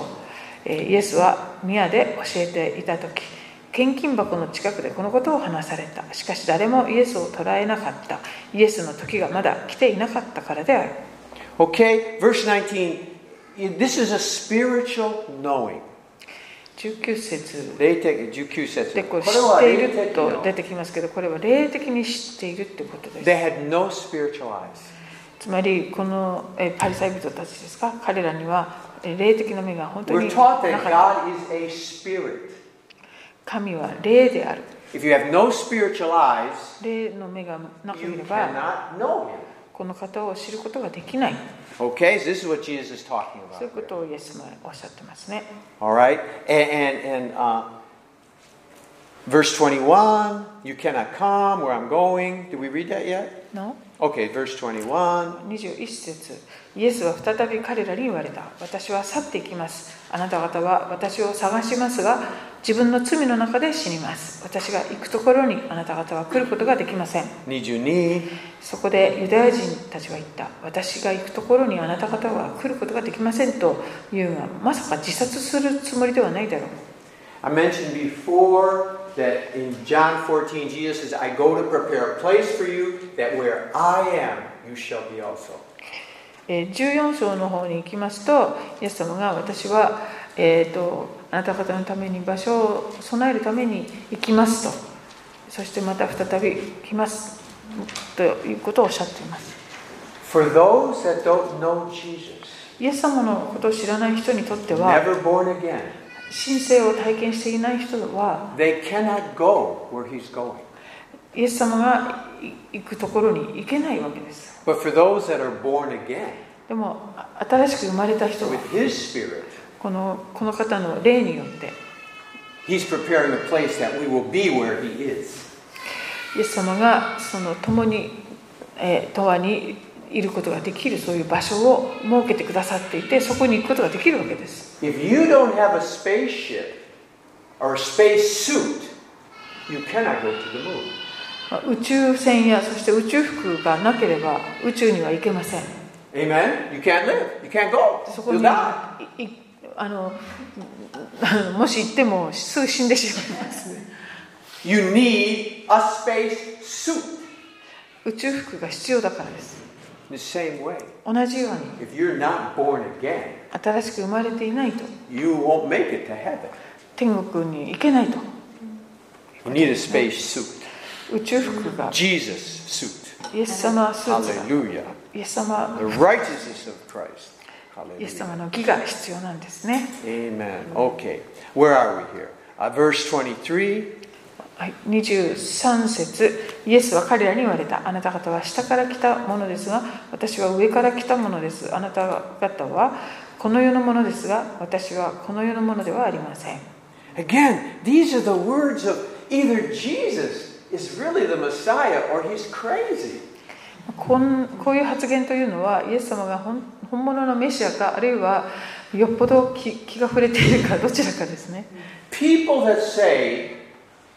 えーイエスは宮で教えていた時献金箱の近くでこのことを話されたしかし誰もイエスを捉えなかったイエスの時がまだ来ていなかったからである Okay, verse 19. This is a spiritual knowing. 19節霊的19節でこれ知これはってい霊る的との出てきますけどこれは霊的に知っているってことです They had no spiritual eyes. つまりこのえーパリサイ人たちですか彼らにはえー霊的な目が本当 We're にな taught か that った God is a spirit. 神は霊である If you have no spiritual eyes, 霊の目がなけ you れば cannot know him. この方を知ることができない Okay, so this is what Jesus is talking そういう about. こ here. とをイエス様はおっしゃってますね All right, and and, and uh, verse twenty-one, you cannot come where I'm going. Did we read that yet? の Okay, verse twenty-one. 21節イエスは再び彼らに言われた私は去っていきますあなた方は私を探しますが自分の罪の中で死にます私が行くところにあなた方は来ることができません Need you knee. そこでユダヤ人たちは言った私が行くところにあなた方は来ることができませんと言うがまさか自殺するつもりではないだろう I mentioned before that in John 14, Jesus says, I go to prepare a place for you, that where I am, you shall be also. えー14章の方に行きますとイエス様が私は、えー、とあなた方のために場所を備えるために行きますとそしてまた再び来ますということをおっしゃっています For those that don't know Jesus, イエス様のことを知らない人にとっては never born again, 神聖を体験していない人は they cannot go where he's going. イエス様がい行くところに行けないわけです But for those that are born again, でもあ新しく生まれた人は with his spirit, このこの方の霊によって he's preparing a place that we will be where he is. イエス様がその共に、えー、永遠にいることができるそういう場所を設けてくださっていてそこに行くことができるわけです If you don't have a spaceship or a space suit, you cannot go to the moon. まあ宇宙船やそして宇宙服がなければ宇宙には行けません Amen. You can't live. You can't go. そこ You'll に die. いいあの <laughs> もし行ってもすぐ死んでしまいます You need a space suit. 宇宙服が必要だからです The same way, 同じように if you're not born again, 新しく生まれていないと you won't make it to heaven. 天国に行けないと You need a space suit. 宇宙服が Jesus suit. イエス様スーツが Hallelujah. イエス様 The righteousness of Christ. イエス Hallelujah. 様の義が必要なんですね。 Amen. Okay. Where are we here? Uh, verse 23. はい、23節イエスは彼らに言われた。あなた方は下から来たものですが、私は上から来たものです。あなた方はこの世のものですが、私はこの世のものではありません。 Again, these are the words of either Jesus is really the Messiah or he's crazy. こんこういう発言というのは、イエス様が本本物のメシアか、あるいはよっぽど気気が触れているかどちらかですね People that say,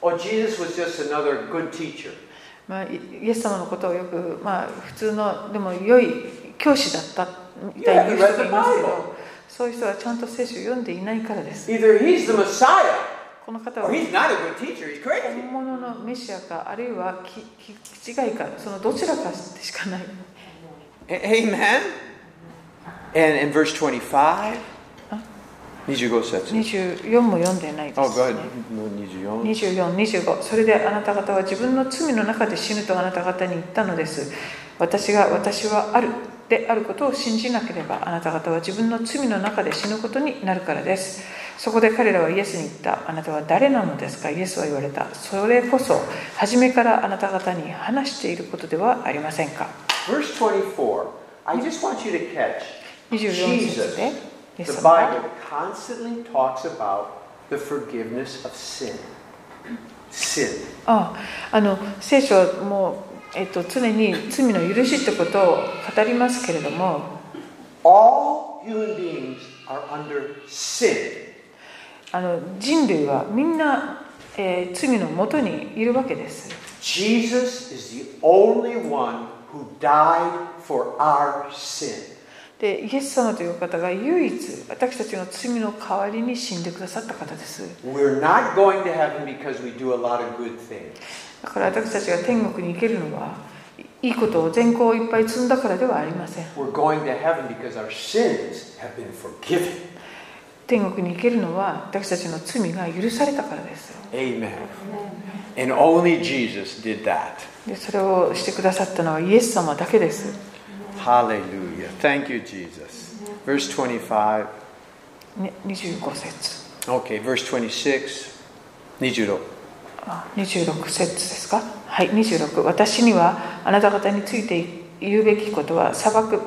oh, Jesus was just another good teacher. まあ、イイエス様のことをよく、まあ、普通のでも良い教師だったみたいに言う人います Yeah, he read the Bible. けどそういう人はちゃんと聖書を読んでいないからです Either he's the Messiah, この方は or he's not a good teacher, he's crazy. 本物のメシアかあるいはきき気違いかそのどちらかでしかない A- Amen. And in verse 25, 25節. 24も読んでないです、ね Oh, go ahead. 24. 2425それであなた方は自分の罪の中で死ぬとあなた方に言ったのです私が私はあるであることを信じなければあなた方は自分の罪の中で死ぬことになるからですそこで彼らはイエスに言ったあなたは誰なのですかイエスは言われたそれこそ初めからあなた方に話していることではありませんか Verse 24. I just want you to catch 24節 Jesus. でイエス The 様が Bible constantly talks about the forgiveness of sin. Sin. あああの聖書はもう、えっと、常に罪の許しってことを語りますけれども All human beings are under sin. あの人類はみんな、えー罪のもとにいるわけです。 Jesus is the only one who died for our sin. でイエス様という方が唯一私たちの罪の代わりに死んでくださった方です。 We're not going to heaven because we do a lot of good things. だから私たちが天国に行けるのはいいいことを善行をいっぱい積んだからではありません。 We're going to heaven because our sins have been forgiven. 天国に行けるのは私たちの罪が許されたからです。 Amen. And only Jesus did that. でそれをしてくださったのはイエス様だけです。 Hallelujah. Thank you, Jesus. Verse 25. ね、25節 Okay, verse 26. Nijudo. あ26節ですかはい26私にはあなた方について言うべきことは裁く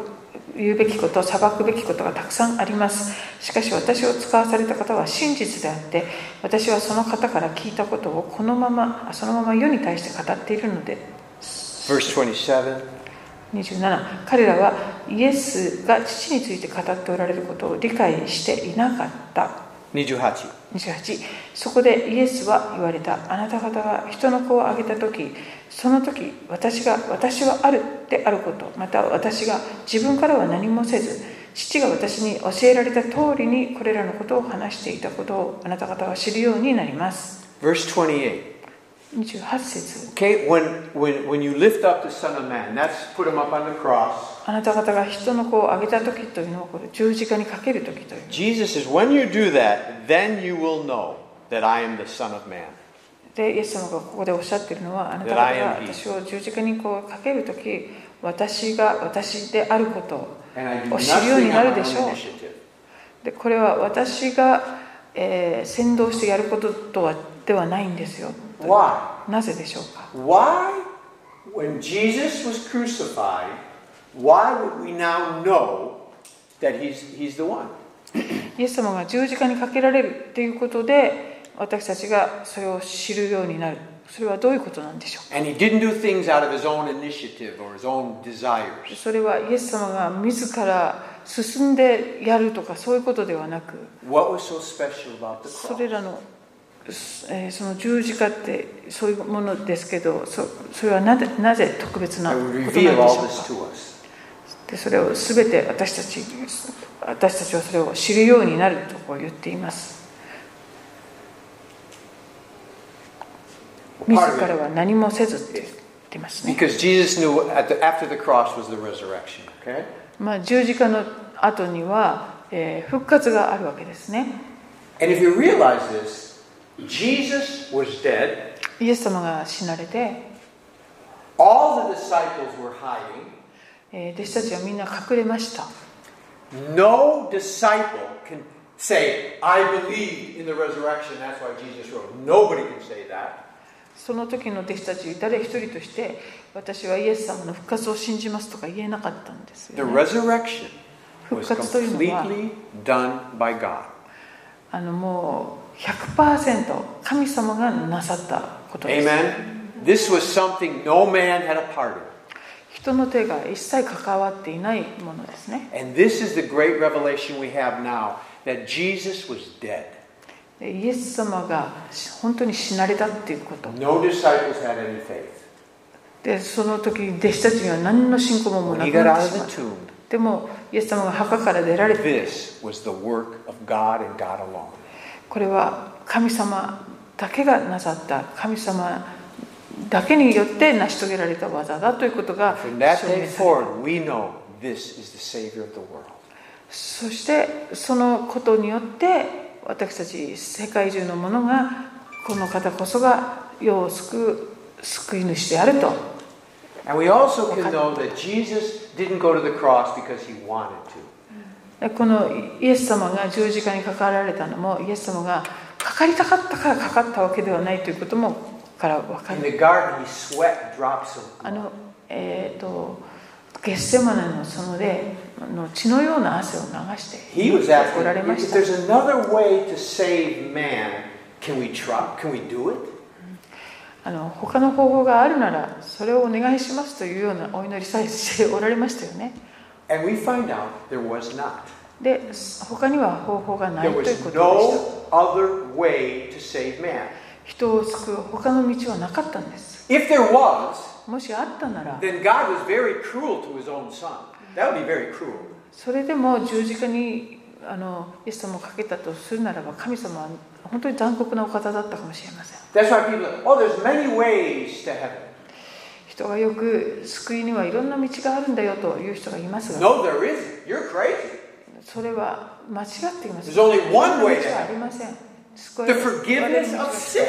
言うべきこと裁くべきことがたくさんありますしかし私を使わされた方は真実であって私はその方から聞いたことをこのままあそのまま世に対して語っているので Verse 27. 27彼らはイエスが父について語っておられることを理解していなかった Nijuhachi. 28そこでイエスは言われたあなた方が人の子をあげた時その時私が私はあるであることまた私が自分からは何もせず父が私に教えられた通りにこれらのことを話していたことをあなた方は知るようになります Verse 28. 28節 Okay, when, when, when you lift up the Son of Man, that's put him up on the cross. あなた方が人の子をあげた時というのはこれ十字架にかける時という Jesus says, when you do that, then you will know that I am the Son of Man. でイエス様がここでおっしゃっているのはあなた方 That I が am he. 私を十字架にこうかける時私が私であることを And I do を知るように nothing な on る my でしょ own う initiative. でこれは私が、えー先導してやることとはではないんですよ Why? なぜでしょうか Why, when Jesus was crucified, why would we now know that he's, he's the one? イエス様が十字架にかけられるっていうことで私たちがそれを知るようになるそれはどういうことなんでしょ And he didn't do things out of his own initiative or his own う desires. それはイエス様が自ら進んでやるとかそういうことではなく What was so special about the それ cross? らの、すえーその十字架ってそういうものですけどそそれはなぜなぜ特別な It こと would なんで reveal しょ all this うか to us. でそれを全て私たち私たちはそれを知るようになるとこう言っています自 Part of ら it. は何もせずって言ってますね、 Because Jesus knew at the, after the cross was the resurrection, okay? まあ、十字架の後には、えー復活があるわけですね And if you realize this, Jesus was dead, イエス様が死なれて、 all the disciples were hiding, えー弟子たちはみんな隠れました No disciple can say, I believe in the resurrection, that's why Jesus rose. Nobody can say that. その時の弟子たち誰一人として私はイエス様の復活を信じますとか言えなかったんですよ、 The ね resurrection was 復活というのは、 completely done by God. あのもう100%神様がなさったことです。 Amen? This was something no man had a part of. 一人の手が一切関わっていないものですね And this is the great revelation we have now that Jesus was dead. でイエス様が本当に死なれたっていうこと No disciples had any faith. でその時弟子たちには何の信仰もも When うな he く got なっ out て of しまっ the た tomb, でもイエス様が墓から出られて this was the work of God and God alone. これは神様だけがなさった神様だけによって成し遂げられた技だということが From that 証 day 明され forward, we know this is the Savior of the world. そしてそのことによって私たち世界中のものがこの方こそが世を救う救い主であると And we also can know that Jesus didn't go to the cross because he wanted to. でこのイエス様が十字架にかかられたのもイエス様がかかりたかったからかかったわけではないということもから分か In る the garden, he sweat drops of あ blood. のえっ、とゲッセマネの園であの血のような汗を流して He was お asking, られま if した there's another way to save man, can we try? Can we do it? あの他の方法があるならそれをお願いしますというようなお祈りさえしておられましたよね And we find out there was not. で他には方法がない There という was ことでした no other way to save man. 人を救う他の道はなかったんです If there was, もしあったなら then God was very cruel to his own son. That would be very cruel. それでも十字架にあのイエス様をかけたとするならば神様は本当に残酷なお方だったかもしれません That's why people say, oh, there's many ways to heaven. 人がよく救いにはいろんな道があるんだよという人がいますが No, there isn't. You're crazy. それは間違っています There's only one way そんな道はありません救わ The れ救われる forgiveness 道は of sin.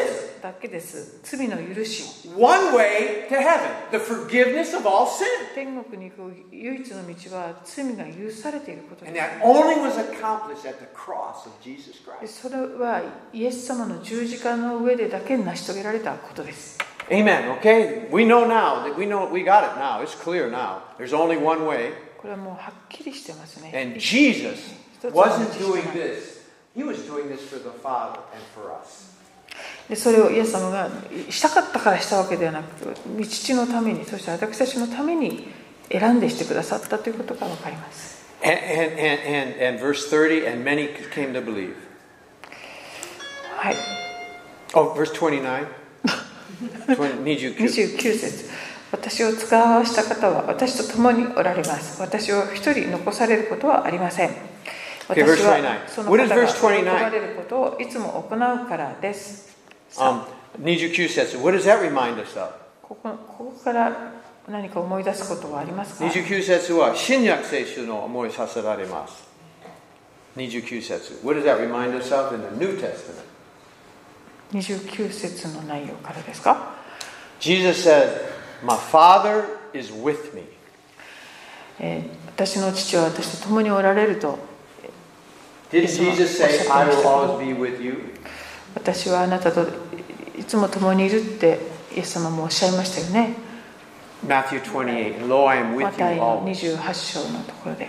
だけです罪の許し One way to heaven, the forgiveness of all sin. 天国に行く唯一の道は罪が許されていること And です that only was accomplished at the cross of Jesus で Christ. それはイエス様の十字架の上でだけ成し遂げられたことです Amen. Okay, we know now that we know we got it now. It's clear now. There's only one way, これはもうはっきりしてますね and Jesus wasn't doing this. He was doing this for the Father and for us. でそれをイエス様がしたかったからしたわけではなく父のためにそして私たちのために選んでしてくださったということが分かります And and and and, and verse thirty, and many came to believe. はい Oh, verse <laughs> twenty-nine. 20, 29. 29節私を使わした方は私と共におられます私を一人残されることはありません Okay, 私 verse は29その方が What is verse 29? 喜ばれることをいつも行うからですさあ Um, 29 says, what does that remind us of? ここここから何か思い出すことはありますか29節は新約聖書の思いさせられます。29節。What does that remind us of in the New Testament? 29節の内容からですか Jesus said, My Father is with me. えー私の父は私と共におられると Didn't Yes, Lord. Jesus say, I Yes, will Lord. always be with you? 私はあなたといつも共にいるってイエス様もおっしゃいましたよね Matthew 28, Lo, I am with マ you タイの always. 28章のところで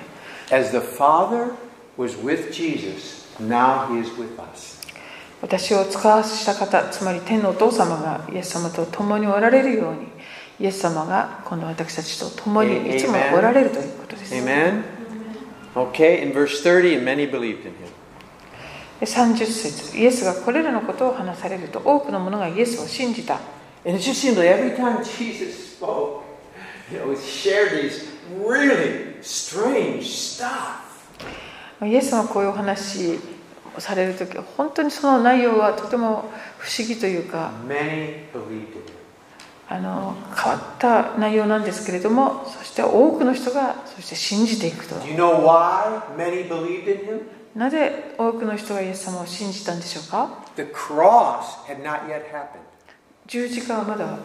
As the Father was with Jesus, now he is with us. 私を使わした方つまり天のお父様がイエス様と共におられるようにイエス様がこの私たちと共にいつもおられるということですで Amen? Okay, in verse 30, and many believed in him. 30節イエスがこれらのことを話されると多くの者がイエスを信じた And it just seemed like every time Jesus spoke, you know, he shared these really strange stuff. イエス様はこういうお話をされる時本当にその内容はとても不思議というか Many believed in him. あの変わった内容なんですけれどもそして多くの人がそして信じていくと Do you know why many believed in him? なぜ多くの人がイエス様を信じたんでしょうか The cross had not yet happened. 十字架はまだ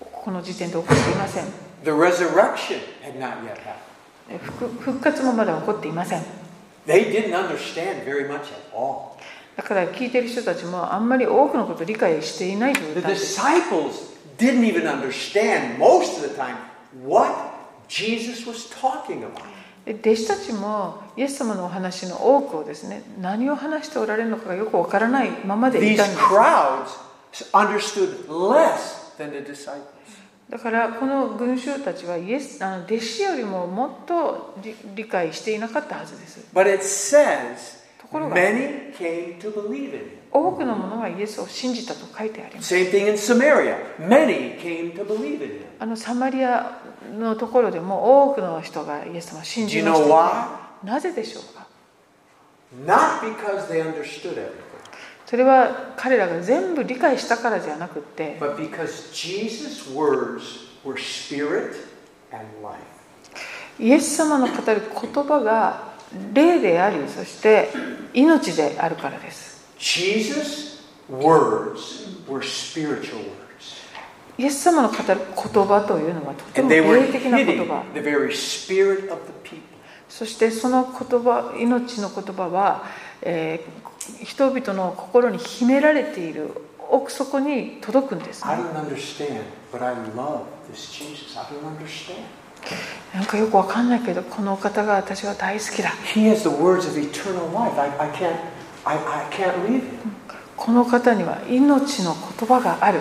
この時点で起こっていません The resurrection had not yet happened. 復復活もまだ起こっていません They didn't understand very much at all. だから聞いている人たちもあんまり多くのことを理解していない状 The 態です disciples didn't even understand most of the time what Jesus was talking about. で弟子たちもイエス様のお話の多くをですね何を話しておられるのかがよくわからないままでい These たんです crowds understood less than the disciples. だからこの群衆たちはイエスあの弟子よりももっと理理解していなかったはずです But it says ところが many came to believe in him. 多くの者がイエスを信じたと書いてあります Same thing in Samaria. Many came to believe in him. あのサマリアのところでも多くの人がイエス様を信 Do じ you まし know た why? なぜでしょうか Not because they understood everything, それは彼らが全部理解したからじゃなくって、 but because Jesus' words were spirit and life. イエス様の語る言葉が霊であり、そして命であるからです。 Jesus' words were spiritual words. イエス様の語る言葉というのはとても And they were 霊的な言 hitting 葉。 the very spirit of the people. そしてその言葉、命の言葉は、えー人々の心に秘められている奥底に届くんです、 I ね。 don't understand, but I love this Jesus. I don't understand. なんかよくわかんないけど、このお方が私は大好きだ。 He has the words of eternal life. I, I can't I, I can't leave him. この方には命の言葉がある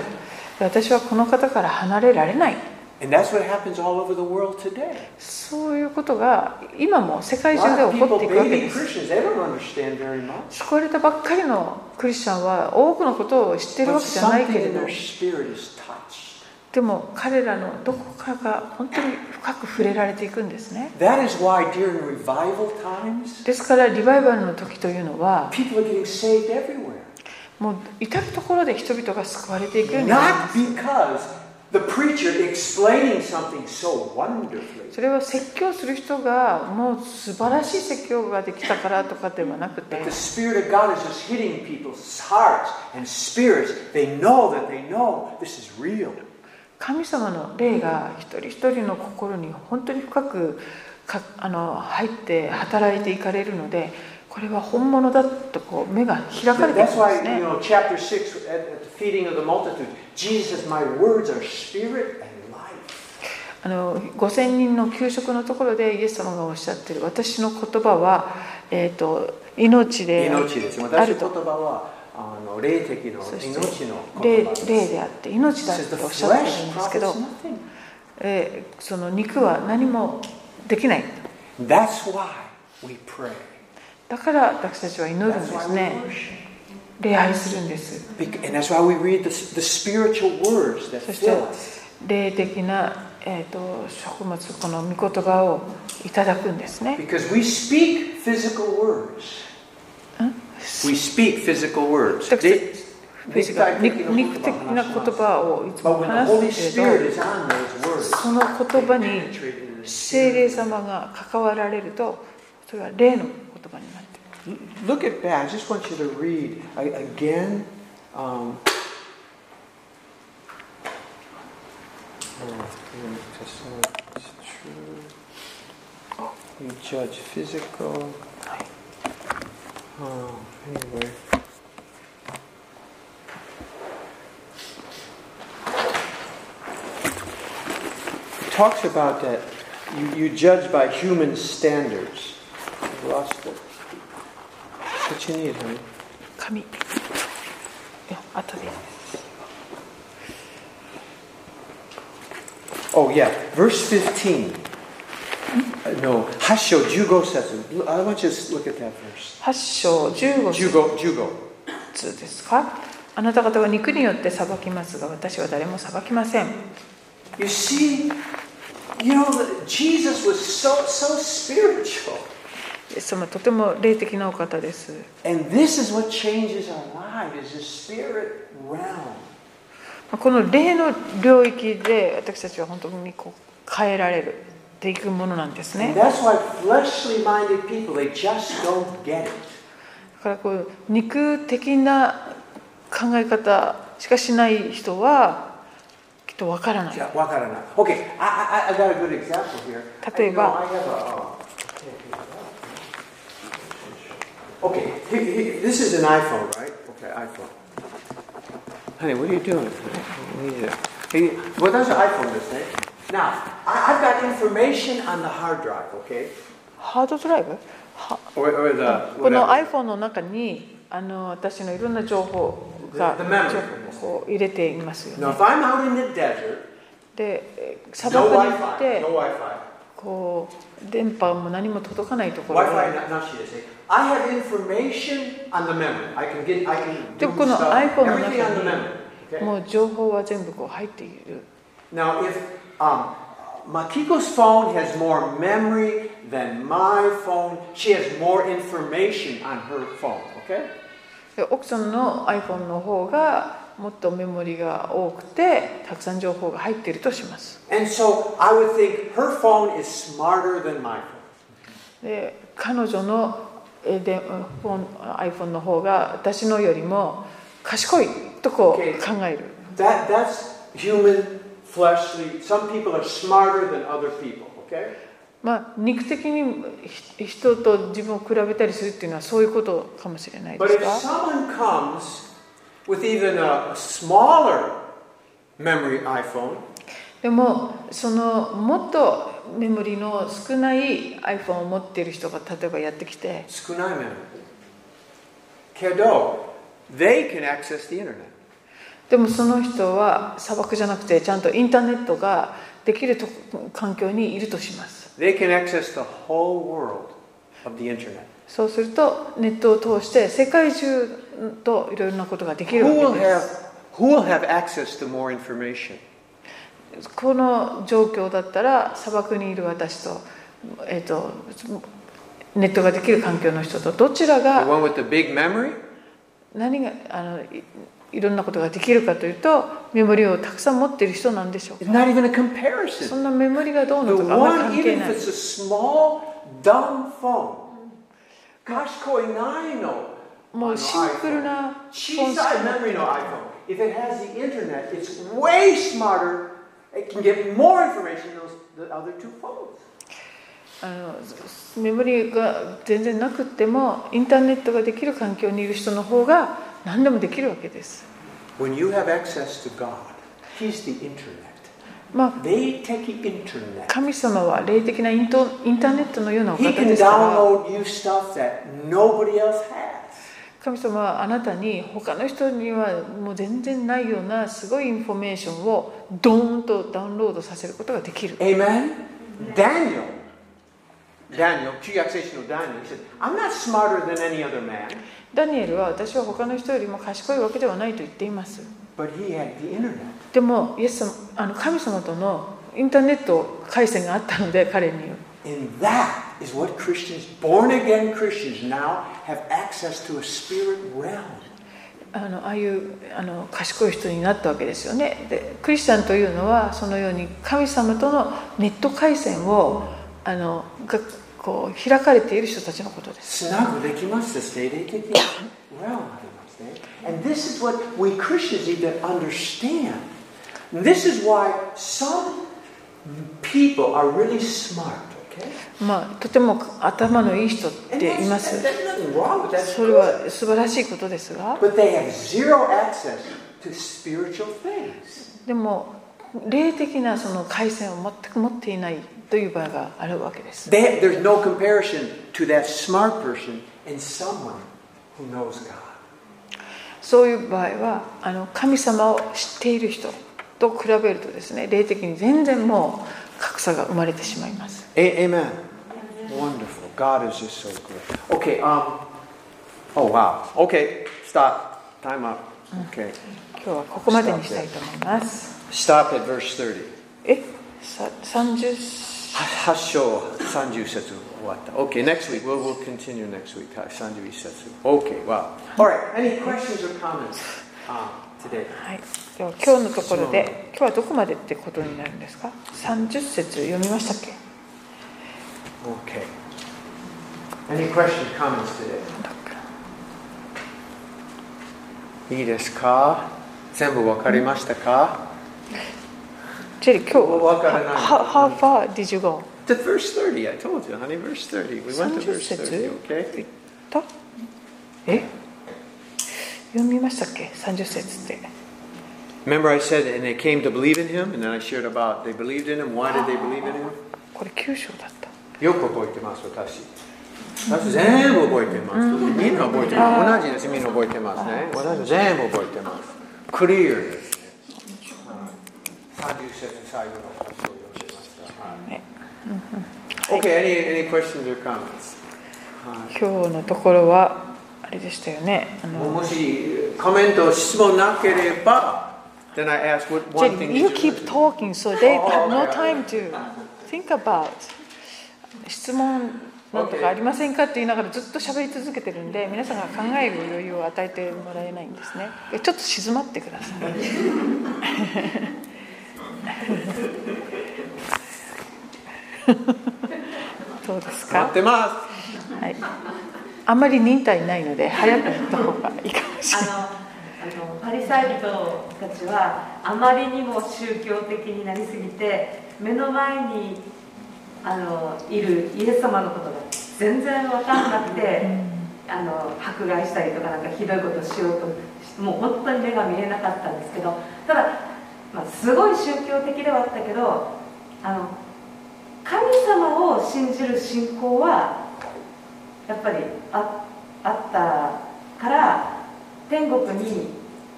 私はこの方から離れられない And that's what happens all over the world today. そういうことが今も世 A 界 lot 中 of で起こ people, っていくわけ baby です Christians, they don't understand very much. 救われたばっかりのクリスチャンは多くのことを知ってる But わけじゃないけ something れ in ど their spirit is touched. でも彼らのどこかが本当に深く触れられていくんですね That is why during revival times, ですからリバイバルの時というのは people are getting saved everywhere. もう至る所で人々が救われていくようになりま Not because す the preacher explaining something so wonderfully. それは説教する人がもう素晴らしい説教ができたからとかではなくて But the Spirit of God is just hitting people's hearts and spirits. They know that they know this is real. 神様の霊が一人一人の心に本当に深くかあの入って働いていかれるのでこれは本物だとこう目が開かれてい That's きます why, you ね know, chapter 6, at, at the feeding of the multitude, Jesus says, My words are spirit and life. あの5,000人の給食のところでイエス様がおっしゃってる私の言葉は、えー、と命であると uh, そして霊霊であって命だ Says って the おっしゃって flesh るんですけ profits ど、 nothing. えーその肉は何もできない That's why we pray. だから私たちは祈るんで That's why す we ね worship. 礼拝するんです。 Bec- And that's why we read the, the spiritual words that そして fill us. 霊的な、えー、と食物この御言葉をいただくんですね Because we speak physical words. We speak physical words. 私たち They- フィジカル肉体的な肉的な言葉をいつ But も when the Holy 話すけれ Spirit ど is on those words, その言葉 they に penetrate into the 聖霊 spirit. 様が関わられるとそれは霊の言葉になって Look at that. I just want you to read I, again. Um, it's true. You judge physical. Oh, anyway. Talks about that you, you judge by human standards. I've lost it. What you need, honey? 紙いや後で Oh, yeah. Verse 15. Uh, No. Hasho, jugo setsu. I want you to look at that verse. 8章15節 Jugo, jugo. つですかあなた方は肉によって裁きますが私は誰も裁きません You see, you know, that Jesus was so, so spiritual. イエス様はとても霊的なお方です And this is what changes our lives, is the spirit realm. この霊の領域で私たちは本当にこう変えられるっていくものなんですね And だ that's why fleshly minded people, they just don't get it. からこう肉的な考え方しかしない人はきっとわからない Okay, I, I, I got a good example here. I- 例えば。 no, I have a, uh, Okay, he- he- this is an iPhone, right? Okay, iPhone. Honey, what are you doing? We need to- Hey, well, that's an iPhone, this thing. Now, I, I've got information on the hard drive, okay? ハードドライブは Or, or the. この whatever. iPhone の中にあの私のいろんな情報が The- the memory 情報を入れていますよ Now, ね if I'm out in the desert で砂 No 漠に行 Wi-Fi. って No Wi-Fi. こう電波も何も届かないところ Wi-Fi not, not she is. eh? I have information on the memory. I can get. I can. で do この stuff, iPhone の everything on the 中 memory. Okay. にもう情報は全部こう入っている Now, if um, Makiko's phone has more memory than my phone, she has more information on her phone. Okay. で奥さんの iPhone の方がもっとメモリが多くてたくさん情報が入っているとします And so I would think her phone is smarter than my phone. で彼女のえーでフォン iPhone の方が私のよりも賢いとこう Okay. 考える That that's human, fleshly. Some people are smarter than other people. Okay. まあ肉的にひ人と自分を比べたりするっていうのはそういうことかもしれないで But す if が someone comes with even a smaller memory iPhone, でもそのもっとメモリの少ない iPhone を持っている人が例えばやってきて tsunai memory, kedo, they can access the internet. でもその人は砂漠じゃなくてちゃんとインターネットができると環境にいるとします They can access the whole world of the internet. そうするとネットを通して世界中といろいろなことができ Who る will わけで have who will have access to more information? すこの状況だったら砂漠にいる私と,、えっとネットができる環境の人とどちら The が one with the big memory? 何があのいいろんなことができるかというとメモリをたくさん持っている人なんでしょう It's か not even a そ comparison. Oh, んなメモリがどう The のとかあんまり one, 関係 even if ない it's a small, dumb phone. Kashkoi Naino. もうシンプルなフォン She's しか got 持って memory い no ない iPhone. If it has the internet, it's way smarter. It can get more information than those, the other two phones. あのメモリが全然なくってもインターネットができる環境にいる人の方が何でもできるわけです When you have access to God, He's the internet. まあ They take the internet. 神様は霊的なイントインターネットのようなお方 He can ですから download you stuff that nobody else has. 神様はあなたに他の人にはもう全然ないようなすごいインフォメーションをドーンとダウンロードさせることができる Amen? Daniel. Daniel, 中学聖書のダニエル he said, I'm not smarter than any other man, ダニエルは私は他の人よりも賢いわけではないと言っています but he had the internet. でもイエス様あの神様とのインターネット回線があったので彼に And that is what Christians, born again Christians, now have access to a spirit realm. あのああいうあの賢い人になったわけですよねでクリスチャンというのはそのように神様とのネット回線をあのがこう開かれている人たちのことですつなぐできます。精霊的 realm ありますね。And this is what we Christians need to understand. And this is why some people are really smart, okay? まあとても頭のいい人っ And てい that's, ま that's, す that's nothing wrong with that. それ That's good. は素晴らしいことですが But they have zero access to spiritual things. でも霊的なその回線を全く持っていないという場合があるわけです They, there's no comparison to that smart person and someone who knows God. そういう場合はあの神様を知っている人と比べるとですね霊的に全然もう格差が生まれてしまいます A- amen. Wonderful. God is just so good. Okay. Um. Oh wow. Okay. Stop. Time up. Okay. 今日はここまでにしたいと思います Stop at verse thirty. えさ30 Okay. Next week we'll, we'll continue next week. 31節. Okay. Wow. All right. Any questions or comments um, today? はいでは今日のところで今日はどこまでってことになるんですか30節読みましたっけ Okay. Any questions, comments today? いいですか全部わかりましたか、ジェリー今日わからない How, how far did you go? To verse 30, I told you, honey, verse 30. We went to 30 verse 30, 節 okay? 行ったえ読みましたっけ30節って Remember I said, and they came to believe in him, and then I shared about they believed in him. Why did they believe in him? これ9章だったよく覚えてます、私。私全部覚えてます。みんな覚えてます。同じです、みんな覚えてますね。私全部覚えてます。クリアですね。 30節最後の箇所を読みました。はいはい Okay, any, any questions or comments? はい今日のところはあれでしたよねあのもしコメント、質問なければ、then I ask what one thing Jenny, you did keep learn? talking, so they Oh, have no okay. time to think about. 質問なんとかありませんかって言いながらずっと喋り続けてるんで、皆さんが考える余裕を与えてもらえないんですね。ちょっと静まってください。 <laughs> どうです待かっ。てまはい。あんまり忍耐ないので早くやった方がいいかもしれない。あのあのパリサイ人たちはあまりにも宗教的になりすぎて目の前にあのいるイエス様のことが全然分かんなくて、あの迫害したりとかなんかひどいことをしようとしもう本当に目が見えなかったんですけどただ、まあ、すごい宗教的ではあったけどあの神様を信じる信仰はやっぱりああったから天国に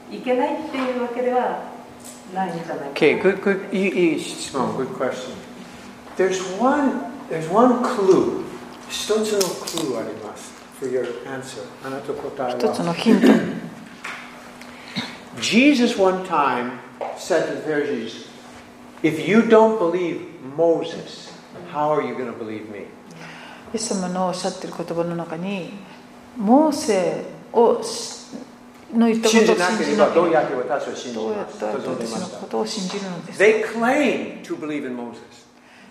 行けないっていうわけではないんじゃないかなす。Okay, good, good, いいいい質問、good question. There's one, there's one clue. 一つのクルーあります。For your answer. あなた答え一つは。のヒント。 Jesus one time said to the Pharisees, If you don't believe Moses, how are you going to believe me? イエス様のおっしゃってる言葉の中に、モーセをしの言ったことを信信じなけれじなばけどうれば、やって私は信じどうやまっすてと存じ私まのしこた。とを信じるのですか They claim to believe in Moses,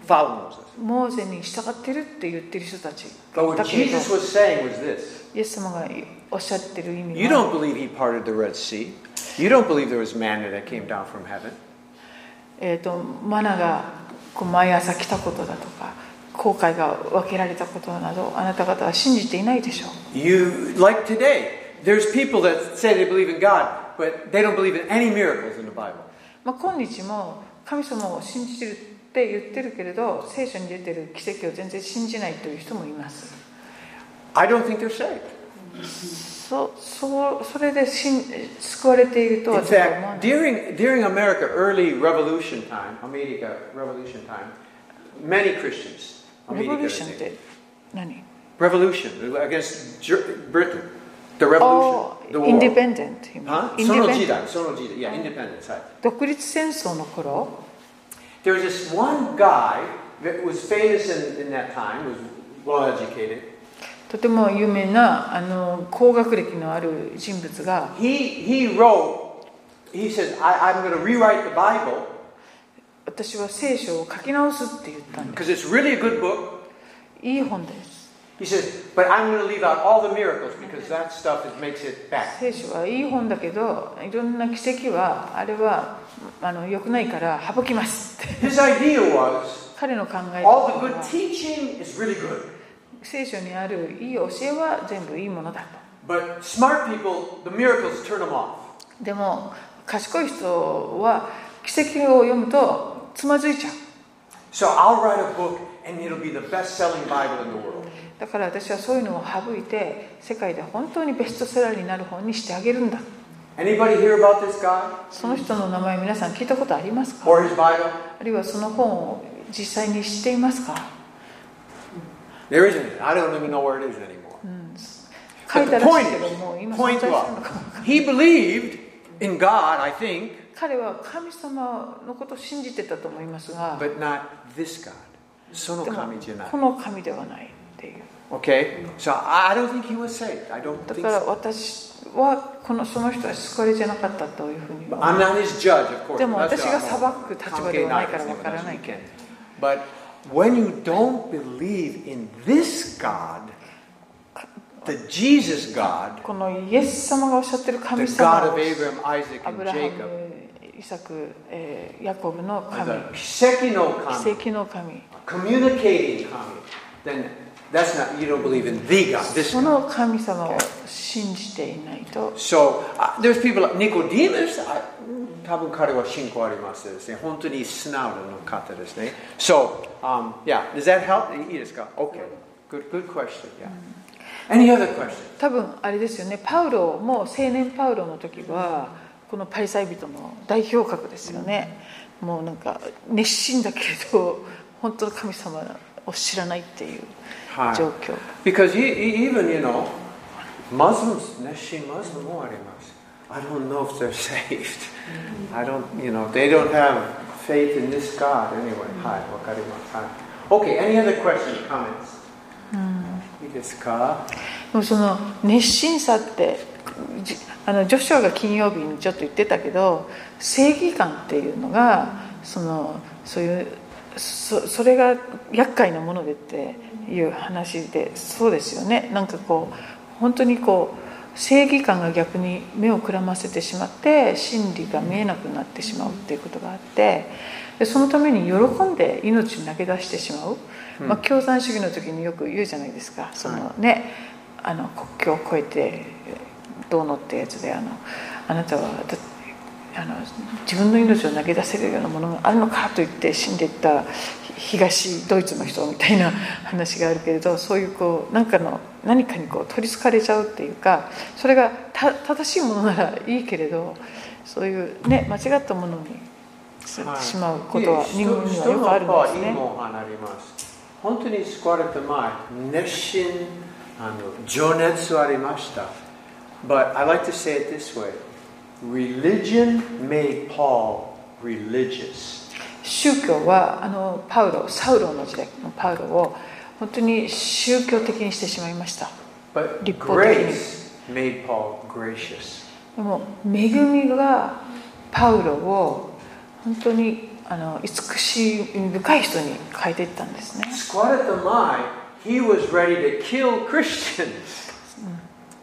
follow Moses. モーセに従ってるって言ってる人たち But だ what けれど、 Jesus was saying was this イエス様がおっしゃってる意 You 味 don't は、believe he parted the Red Sea. You don't believe there was manna that came down from heaven. えー、とマナがこう毎朝来たことだとか、後悔が分けられたことなど、あなた方は信じていないでしょう。 You, like today, there's people that say they believe in God, but they don't believe in any miracles in the Bible. まあ、今日も神様を信じるって言ってるけれど聖書に出てる奇跡を全然信じないという人もいます I don't think they're saved. そそうそれで信救われているとは In ちょっと思わ fact, ない during, during America, early revolution time, America, revolution time, many Christians, レ America, ボリュ I ーションっ think, て何 revolution against Ger- Britain, the revolution, the インディ war. ペンデント Huh? インディペンデン Sono-jidai, ト Sono-jidai, yeah, independence. right. 独立戦争の頃 There was this one guy that was famous in, in that time, was well educated. とても有名なあの高学歴のある人物が He, he wrote, he said, I, I'm going to rewrite the Bible 私は聖書を書き直すって言ったんです because it's really a good book. いい本です He says, but I'm going to leave out all the miracles because that stuff it makes it bad. 聖書はいい本だけどいろんな奇跡はあれはあの良くないから省きますって His idea was 彼の考え方 all the good は teaching is really good, 聖書にあるいい教えは全部いいものだ but smart people, the miracles turn them off. とでも賢い人は奇跡を読むとつまずいちゃう So I'll write a book and it'll be the best selling Bible in the world. だから私はそういうのを省いて世界で本当にベストセラーになる本にしてあげるんだ Anybody hear about this guy その人の名前皆さん聞いたことありますか or his Bible? あるいはその本を実際に知っていますか、 There isn't. it. I don't even know where it is anymore. うん、書 But いた the らし point いけどもう is, 今 point 存在する was, のか he believed in God, I think, 彼は神様のことを信じてたと思いますが、 but not this God. そのでも神じゃないこの神ではないっていう。 Okay? So I I don't think he was saved. I don't だ think から so. 私はこのその人は救われじゃなかったというふうに But I'm not his judge, of course. でも私は私がもう裁く立場ではないから関係わからないですね私の意見 But when you don't believe in this God, the Jesus God, このイエス様がおっしゃってる the 神 God 様 of Abraham, Isaac, アブ and ラハ Jacob, ム、イサク、えーヤコブの is 神、 a 奇跡の神。奇跡の神、 communicating coming, then that's not, you don't believe in the God, this そ God. の神様を信じていないと So, uh, there's people like Nicodemus, I, 多分彼は信仰ありますですね。本当に素直な方ですね。So, um, yeah, does that help? いいですか Okay, good, good question, yeah. Any other question? 多分あれですよねパウロも青年パウロの時はこのパリサイ人の代表格ですよね、もうなんか熱心だけれど本当の神様を知らないっていうはい状況、 Because e- e- even, you know, Muslims, Nashi Muslim, who are they, Muslim? I don't know if they're <laughs> saved. I don't, you know, they don't have faith in this God anyway. Hi, wakarimasu. Hi. Okay, any other questions, comments? Mm. でもその熱心さってじあのジョシュアが金曜日にちょっと言ってたけど正義感っていうのがそのそういうそそれが厄介なものでっていう話でそうですよねなんかこう本当にこう正義感が逆に目をくらませてしまって真理が見えなくなってしまうっていうことがあってでそのために喜んで命に投げ出してしまう、まあ、共産主義の時によく言うじゃないですかそのね、あの国境を越えてどうのってやつであのあなたはだあの自分の命を投げ出せるようなものがあるのかと言って死んでいったひ東ドイツの人みたいな話があるけれどそういうこうなんかの何かにこう取りつかれちゃうっていうかそれがた正しいものならいいけれどそういうね間違ったものにされてしまうことは日本にはよくあるんですね。 But I like to say it this way religion made Paul religious. 宗教はあのパウロサウロの時代のパウロを本当に宗教的にしてしまいました But Diplomatic. grace made Paul gracious. でも恵みがパウロを本当にあの慈しみ深い人に変えていったんですね Squat at the lie, he was ready to kill Christians.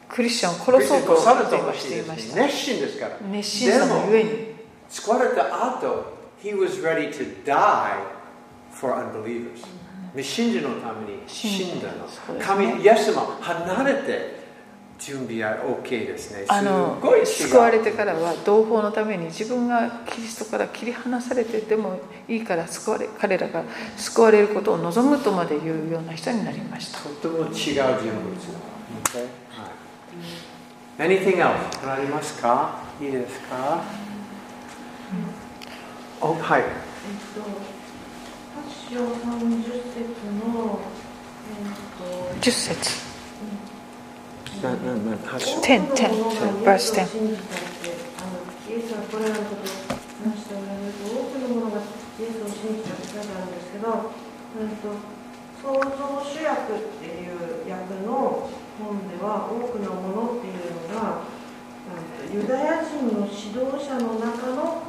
クリスチャンを殺そうとしていました熱心さのゆえ殺そうとしていました。熱心ですから。でも、squat at に the ato, he was ready to die for unbelievers. そうですね。未信者のために死んだの。神、イエスも離れて準備は OK ですね。あのすごい違う。救われてからは同胞のために自分がキリストから切り離されてでもいいから救われ彼らが救われることを望むとまで言うような人になりましたとても違う人物。Okay? はい。Anything else? ありますかいいですか Oh, hi. えっと、8章30節の、えっ10節と、ななな八章多くの者がイエス Verse 10を信じたって、あのイエスはこれらのことを成しておられると、多くの者がイエスを信じたって書いてあるんですけど、うんと、創造主役っていう役の本では、多くの者っていうのが、うんとユダヤ人の指導者の中の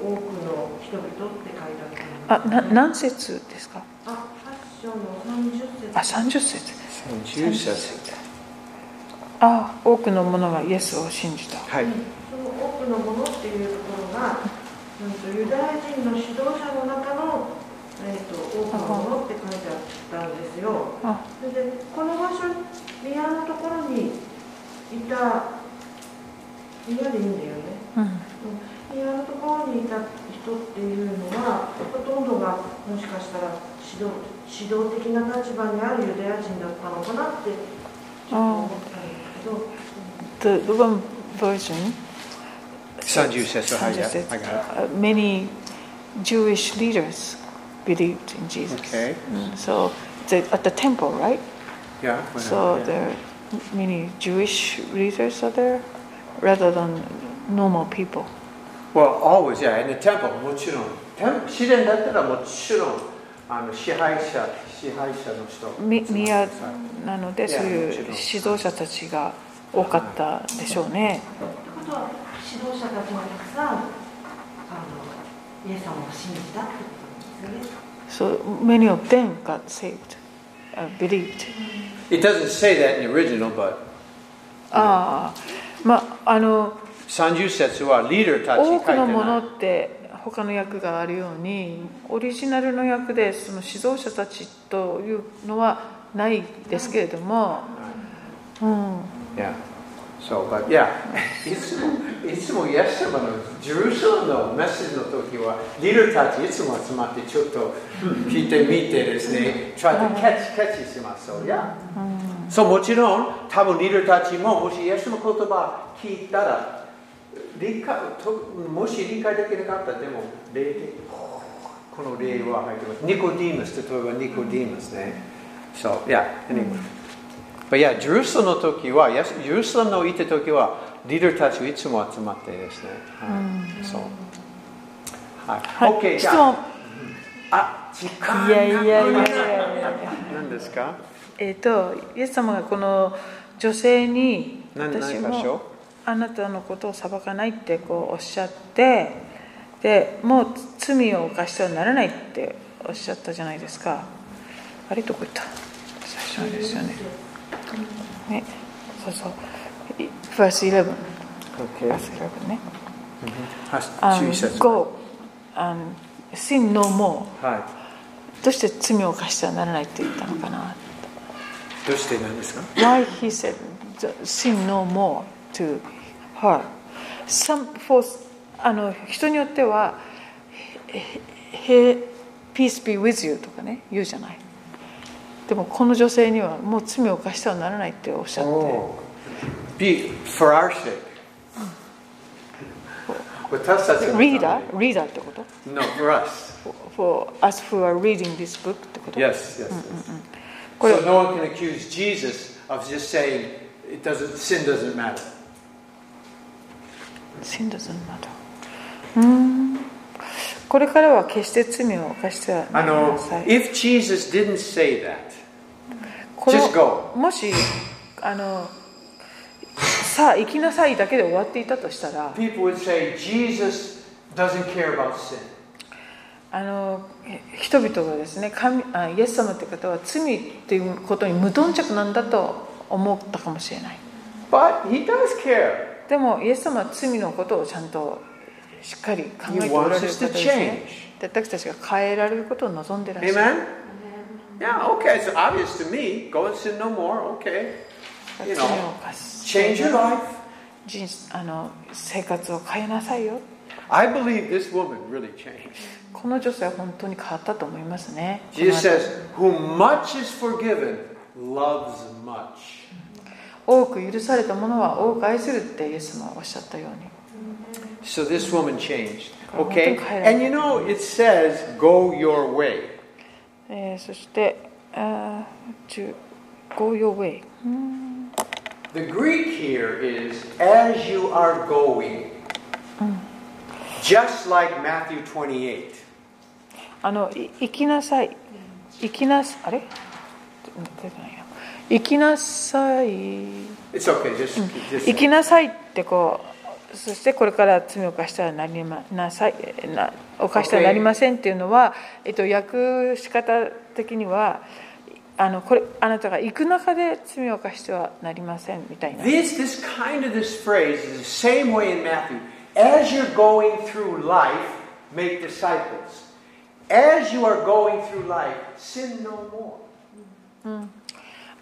多くの人々って書いてあったんです。あな何節ですかあ、八章の三十節。あ30節10節あ多くの者がイエスを信じたはいその多くのものっていうところが、うんと、ユダヤ人の指導者の中の、えー、と多くのものって書いてあったんですよ。あそれでこの場所宮のところにいた宮でいいんだよね。うん宮のところにいた人っていうのはほとんどがもしかしたら指導指導的な立場にあるユダヤ人だったのかなってちょっと思ったんですけど。 The one version 30節はい30 yeah, says, I got uh, many Jewish leaders believed in Jesus. Okay. Mm, So the, at the temple, right? it. Yeah, whatever, So yeah. there are many Jewish leaders are there rather than normal people. Well, always, yeah, in the temple, もちろん。tem- 自然だったらもちろん、あの支配者、支配者の人。み宮はいなのでいそやういうもち指ろん導者たちが多かったでしょうね。ってことは指導者たちがたくさんあのイエス様を信じたってことなんですよね。 So many of them got saved, uh, believed. It doesn't say that in the original, but ああ、まああの30節はリーダーたち書多いてくないのものって他の役があるようにオリジナルの役でその指導者たちというのはないですけれども、うん、 Yeah. So, but yeah. <laughs> いつも、いつもイエス様のジェルシャのメッセージの時は、リーダーたちいつも集まってちょっと聞いてみてですね、try to catch, catch します。So, yeah. そう、もちろん、多分リーダーたちも、もしイエスの言葉聞いたら、理解ともし理解できなかったらでも霊でこの霊は入ってます。ニコディーマス、例えばニコディーマスね。So, yeah, anyway. But yeah, ジェルサの時は、やすジェルサのいた時は、リーダーたちいつも集まってですね。はい。そう。はい。OK、じ質ゃ問あ、あ、時間いやいやいやいやいや何ですかえっ、とイエス様がこの女性に何何私箇所もあなたのことを裁かないってこうおっしゃってでもう罪を犯してはならないっておっしゃったじゃないですかあれどこ行った最初のですよねねそうそう verse 11 ?OK。 verse 11ね Mm-hmm. は注意した um, go um, sin no more は。どうして罪を犯してはならないって言ったのかないどうしてなんですか why he said sin no more to her some for あの人によっては「へへ peace be with you」とかね言うじゃないでもこの女性にはもう罪を犯してはならないっておっしゃって Oh. Be for our sake. 私たちのために reader reader ってこと No, for us. for, for us who are reading this book ってこと Yes, yes, yes. これ So no one can accuse Jesus of just saying it doesn't sin doesn't matter. sin doesn't matter うーんこれからは決して罪を犯してはなあらのなさい if Jesus didn't say that, この Just go. もしあのさあ行きなさいだけで終わっていたとしたら people would say Jesus doesn't care about sin. あのえ人々がですね神あイエス様って方は罪っていうことに無頓着なんだと思ったかもしれない But he does care. でもイエス様は罪のことをちゃんとしっかり考え He ておられ wants る方 us to ですね change. で私たちが変えられることを望んでらっしゃる Amen? Yeah, okay, it's obvious to me. Go and sin no more, okay. 罪 You を know, 犯す change your life. 人生あの生活を変えなさいよ I believe this woman really changed. この女性は本当に変わったと思いますね Jesus says, Whom much is forgiven loves much. 多く許されたものは多く愛するってイエス様はおっしゃったように So this woman changed. Kamu Okay? tuh kayak- And you know, it says, Go your way.、えーそしてあー10 Go your way The Greek here is, As you are going. Mm. Just like Matthew 28. あのい行きなさい行きなさあれ出てないな行きなさい It's okay, just. just 行きなさいってこうそしてこれから罪を犯してはなりまなさいえな犯してはなりませんっていうのは、えっと、訳し方的にはあのこれあなたが行く中で罪を犯してはなりませんみたいな This, this kind of this phrase is the same way in Matthew. As you're going through life, make disciples. As you are going through life, sin no more.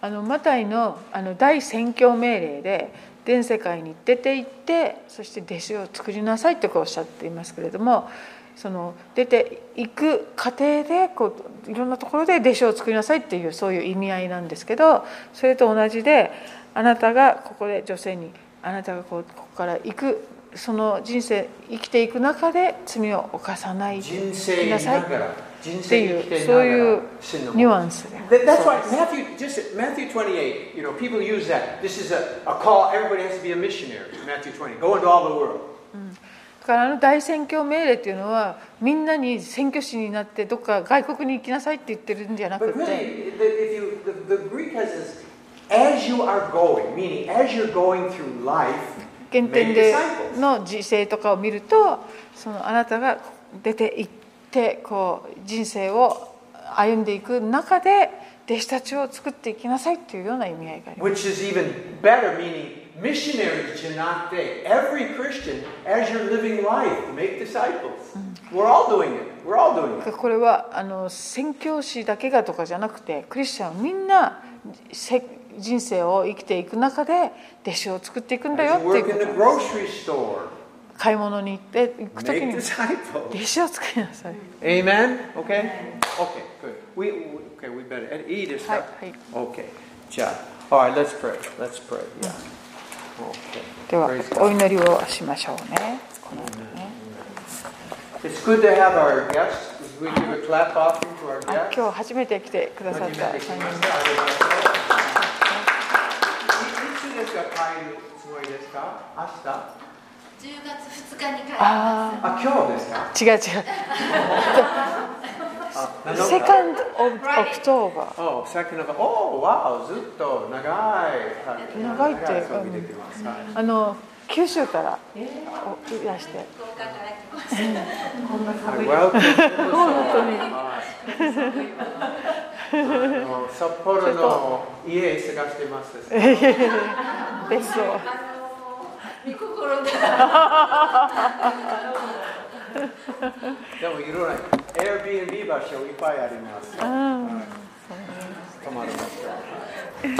あのマタイのあの大宣教命令で全世界に出て行ってそして弟子を作りなさいってこうおっしゃっていますけれどもその出ていく過程でこういろんなところで弟子を作りなさいっていうそういう意味合いなんですけどそれと同じであなたがここで女性にあなたがこうここから行くその人生生きていく中で罪を犯さない人生き生ななさいがら人って生い生きうてそうながいうら死ぬニュものアンスで That- That's why Matthew, just Matthew 28, you know, people use that. This is a, a call, everybody has to be a missionary. Matthew 20, go into all the world. だからあの大宣教命令っていうのはみんなに宣教師になってどっか外国に行きなさいって言ってるんじゃなく But て really, the, if you, the, the Greek has this, as you are going, meaning as you're going through life, 原 make 点で disciples. の時勢とかを見るとそのあなたが出て行ってこう人生を歩んでいく中で弟子たちを作っていきなさいっていうような意味合いがあります Which is even better, meaning missionaries janate. Every Christian, as you're living life, make disciples. We're all doing it. We're all doing だ it. からこれはあの宣教師だけがとかじゃなくてクリスチャンはみんなせ人生を生きていく中で弟子を作っていくんだよ As っ you ていう work in こと the なんです grocery store, 買い物に行って行く時 make に弟 disciples. 子を作りなさい Amen? Okay? Okay, good. We, we- okay, we better. And eat is はいはい Okay. Ja. All right, let's pray. Let's pray. Yeah. ではお祈りをしましょうね。この後ね It's good to have our guests. We give a clap offering to our あ guests. 今日初めて来てくださった3人で初めて来ました。ありがとう。いつですか帰るつもりですか明日あ、今日ですか10月2日に帰りああ違う違うセカンドオブオクトーバおさっきのが、おー、わお、ずっと長い旅。長いって長遊びできます。はいーあの九州からおいらして福岡から来ました。はい Welcome. <laughs> 本当にはいあの札幌の家探してます。別荘あのー、見心で。でもいろいろ Airbnb 場所いっぱいあります。はい泊まりますから。